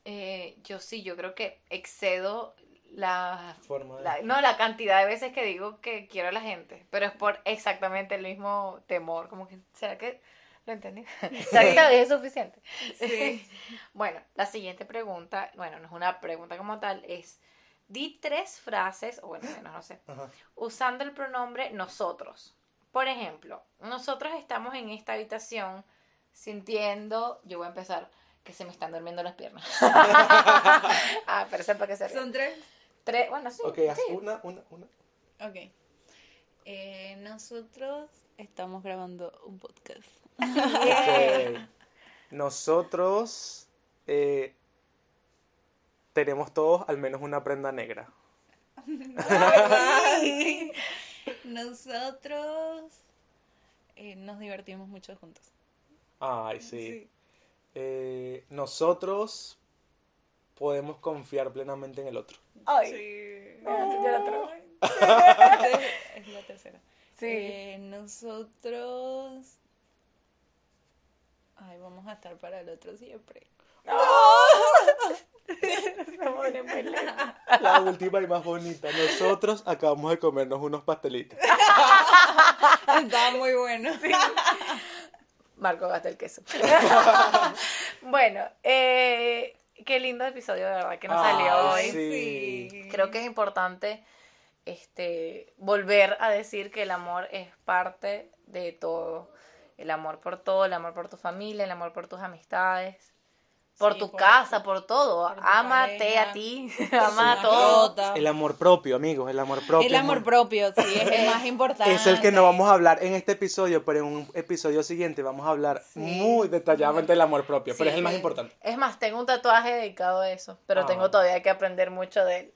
[SPEAKER 3] Eh, yo sí, yo creo que excedo la,
[SPEAKER 1] Forma de-
[SPEAKER 3] la- no, la cantidad de veces que digo que quiero a la gente, pero es por exactamente el mismo temor, como que, ¿será que lo entendí? [LAUGHS] ¿Será que te lo dije suficiente?
[SPEAKER 2] [LAUGHS] Sí.
[SPEAKER 3] Bueno, la siguiente pregunta, bueno, no es una pregunta como tal, es, di tres frases, o bueno, menos, no sé,
[SPEAKER 1] Ajá.
[SPEAKER 3] usando el pronombre nosotros. Por ejemplo, nosotros estamos en esta habitación sintiendo, yo voy a empezar, que se me están durmiendo las piernas. [LAUGHS] ah, pero sepa que se ríe.
[SPEAKER 2] Son tres.
[SPEAKER 3] Tres, bueno, sí,
[SPEAKER 1] Ok,
[SPEAKER 3] sí.
[SPEAKER 1] haz una, una, una.
[SPEAKER 2] Ok. Eh, nosotros estamos grabando un
[SPEAKER 3] [LAUGHS]
[SPEAKER 2] podcast.
[SPEAKER 1] Ok. Nosotros eh, tenemos todos al menos una prenda negra.
[SPEAKER 2] Nosotros eh, nos divertimos mucho juntos.
[SPEAKER 1] Ay, sí. Eh, nosotros podemos confiar plenamente en el otro.
[SPEAKER 3] Ay,
[SPEAKER 2] Sí.
[SPEAKER 3] yo la trago.
[SPEAKER 2] [LAUGHS] es la tercera.
[SPEAKER 3] sí.
[SPEAKER 2] Eh, nosotros. Ay, vamos a estar para el otro siempre. [LAUGHS]
[SPEAKER 3] Se pone muy lento.
[SPEAKER 1] La última y más bonita. Nosotros acabamos de comernos unos pastelitos.
[SPEAKER 2] Está muy bueno.
[SPEAKER 3] Marco gasta el queso. [LAUGHS] bueno, eh, qué lindo episodio, de verdad, que nos
[SPEAKER 1] Ay,
[SPEAKER 3] salió hoy.
[SPEAKER 2] Ay,
[SPEAKER 1] sí.
[SPEAKER 3] Creo que es importante este, volver a decir que el amor es parte de todo. El amor por todo, el amor por tu familia, el amor por tus amistades, por
[SPEAKER 2] Sí,
[SPEAKER 3] tu casa, por todo.
[SPEAKER 2] por tu
[SPEAKER 3] Amate
[SPEAKER 2] pareja,
[SPEAKER 3] a ti, [LAUGHS]
[SPEAKER 2] tu
[SPEAKER 3] ama a todo.
[SPEAKER 2] mascota.
[SPEAKER 1] El amor propio, amigos, el amor propio.
[SPEAKER 2] El amor propio, sí, es el más importante.
[SPEAKER 1] Es el que no vamos a hablar en este episodio, pero en un episodio siguiente vamos a hablar
[SPEAKER 2] Sí.
[SPEAKER 1] muy detalladamente del amor propio, pero
[SPEAKER 2] Sí,
[SPEAKER 1] es el más
[SPEAKER 2] sí.
[SPEAKER 1] importante.
[SPEAKER 3] Es más, tengo un tatuaje dedicado a eso, pero
[SPEAKER 1] Ah.
[SPEAKER 3] tengo todavía que aprender mucho de él.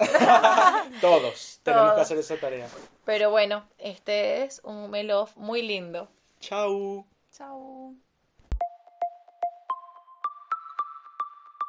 [SPEAKER 1] Todos tenemos que
[SPEAKER 3] Todos.
[SPEAKER 1] hacer esa tarea.
[SPEAKER 3] Pero bueno, este es un melof muy lindo.
[SPEAKER 1] Chau.
[SPEAKER 2] Chao.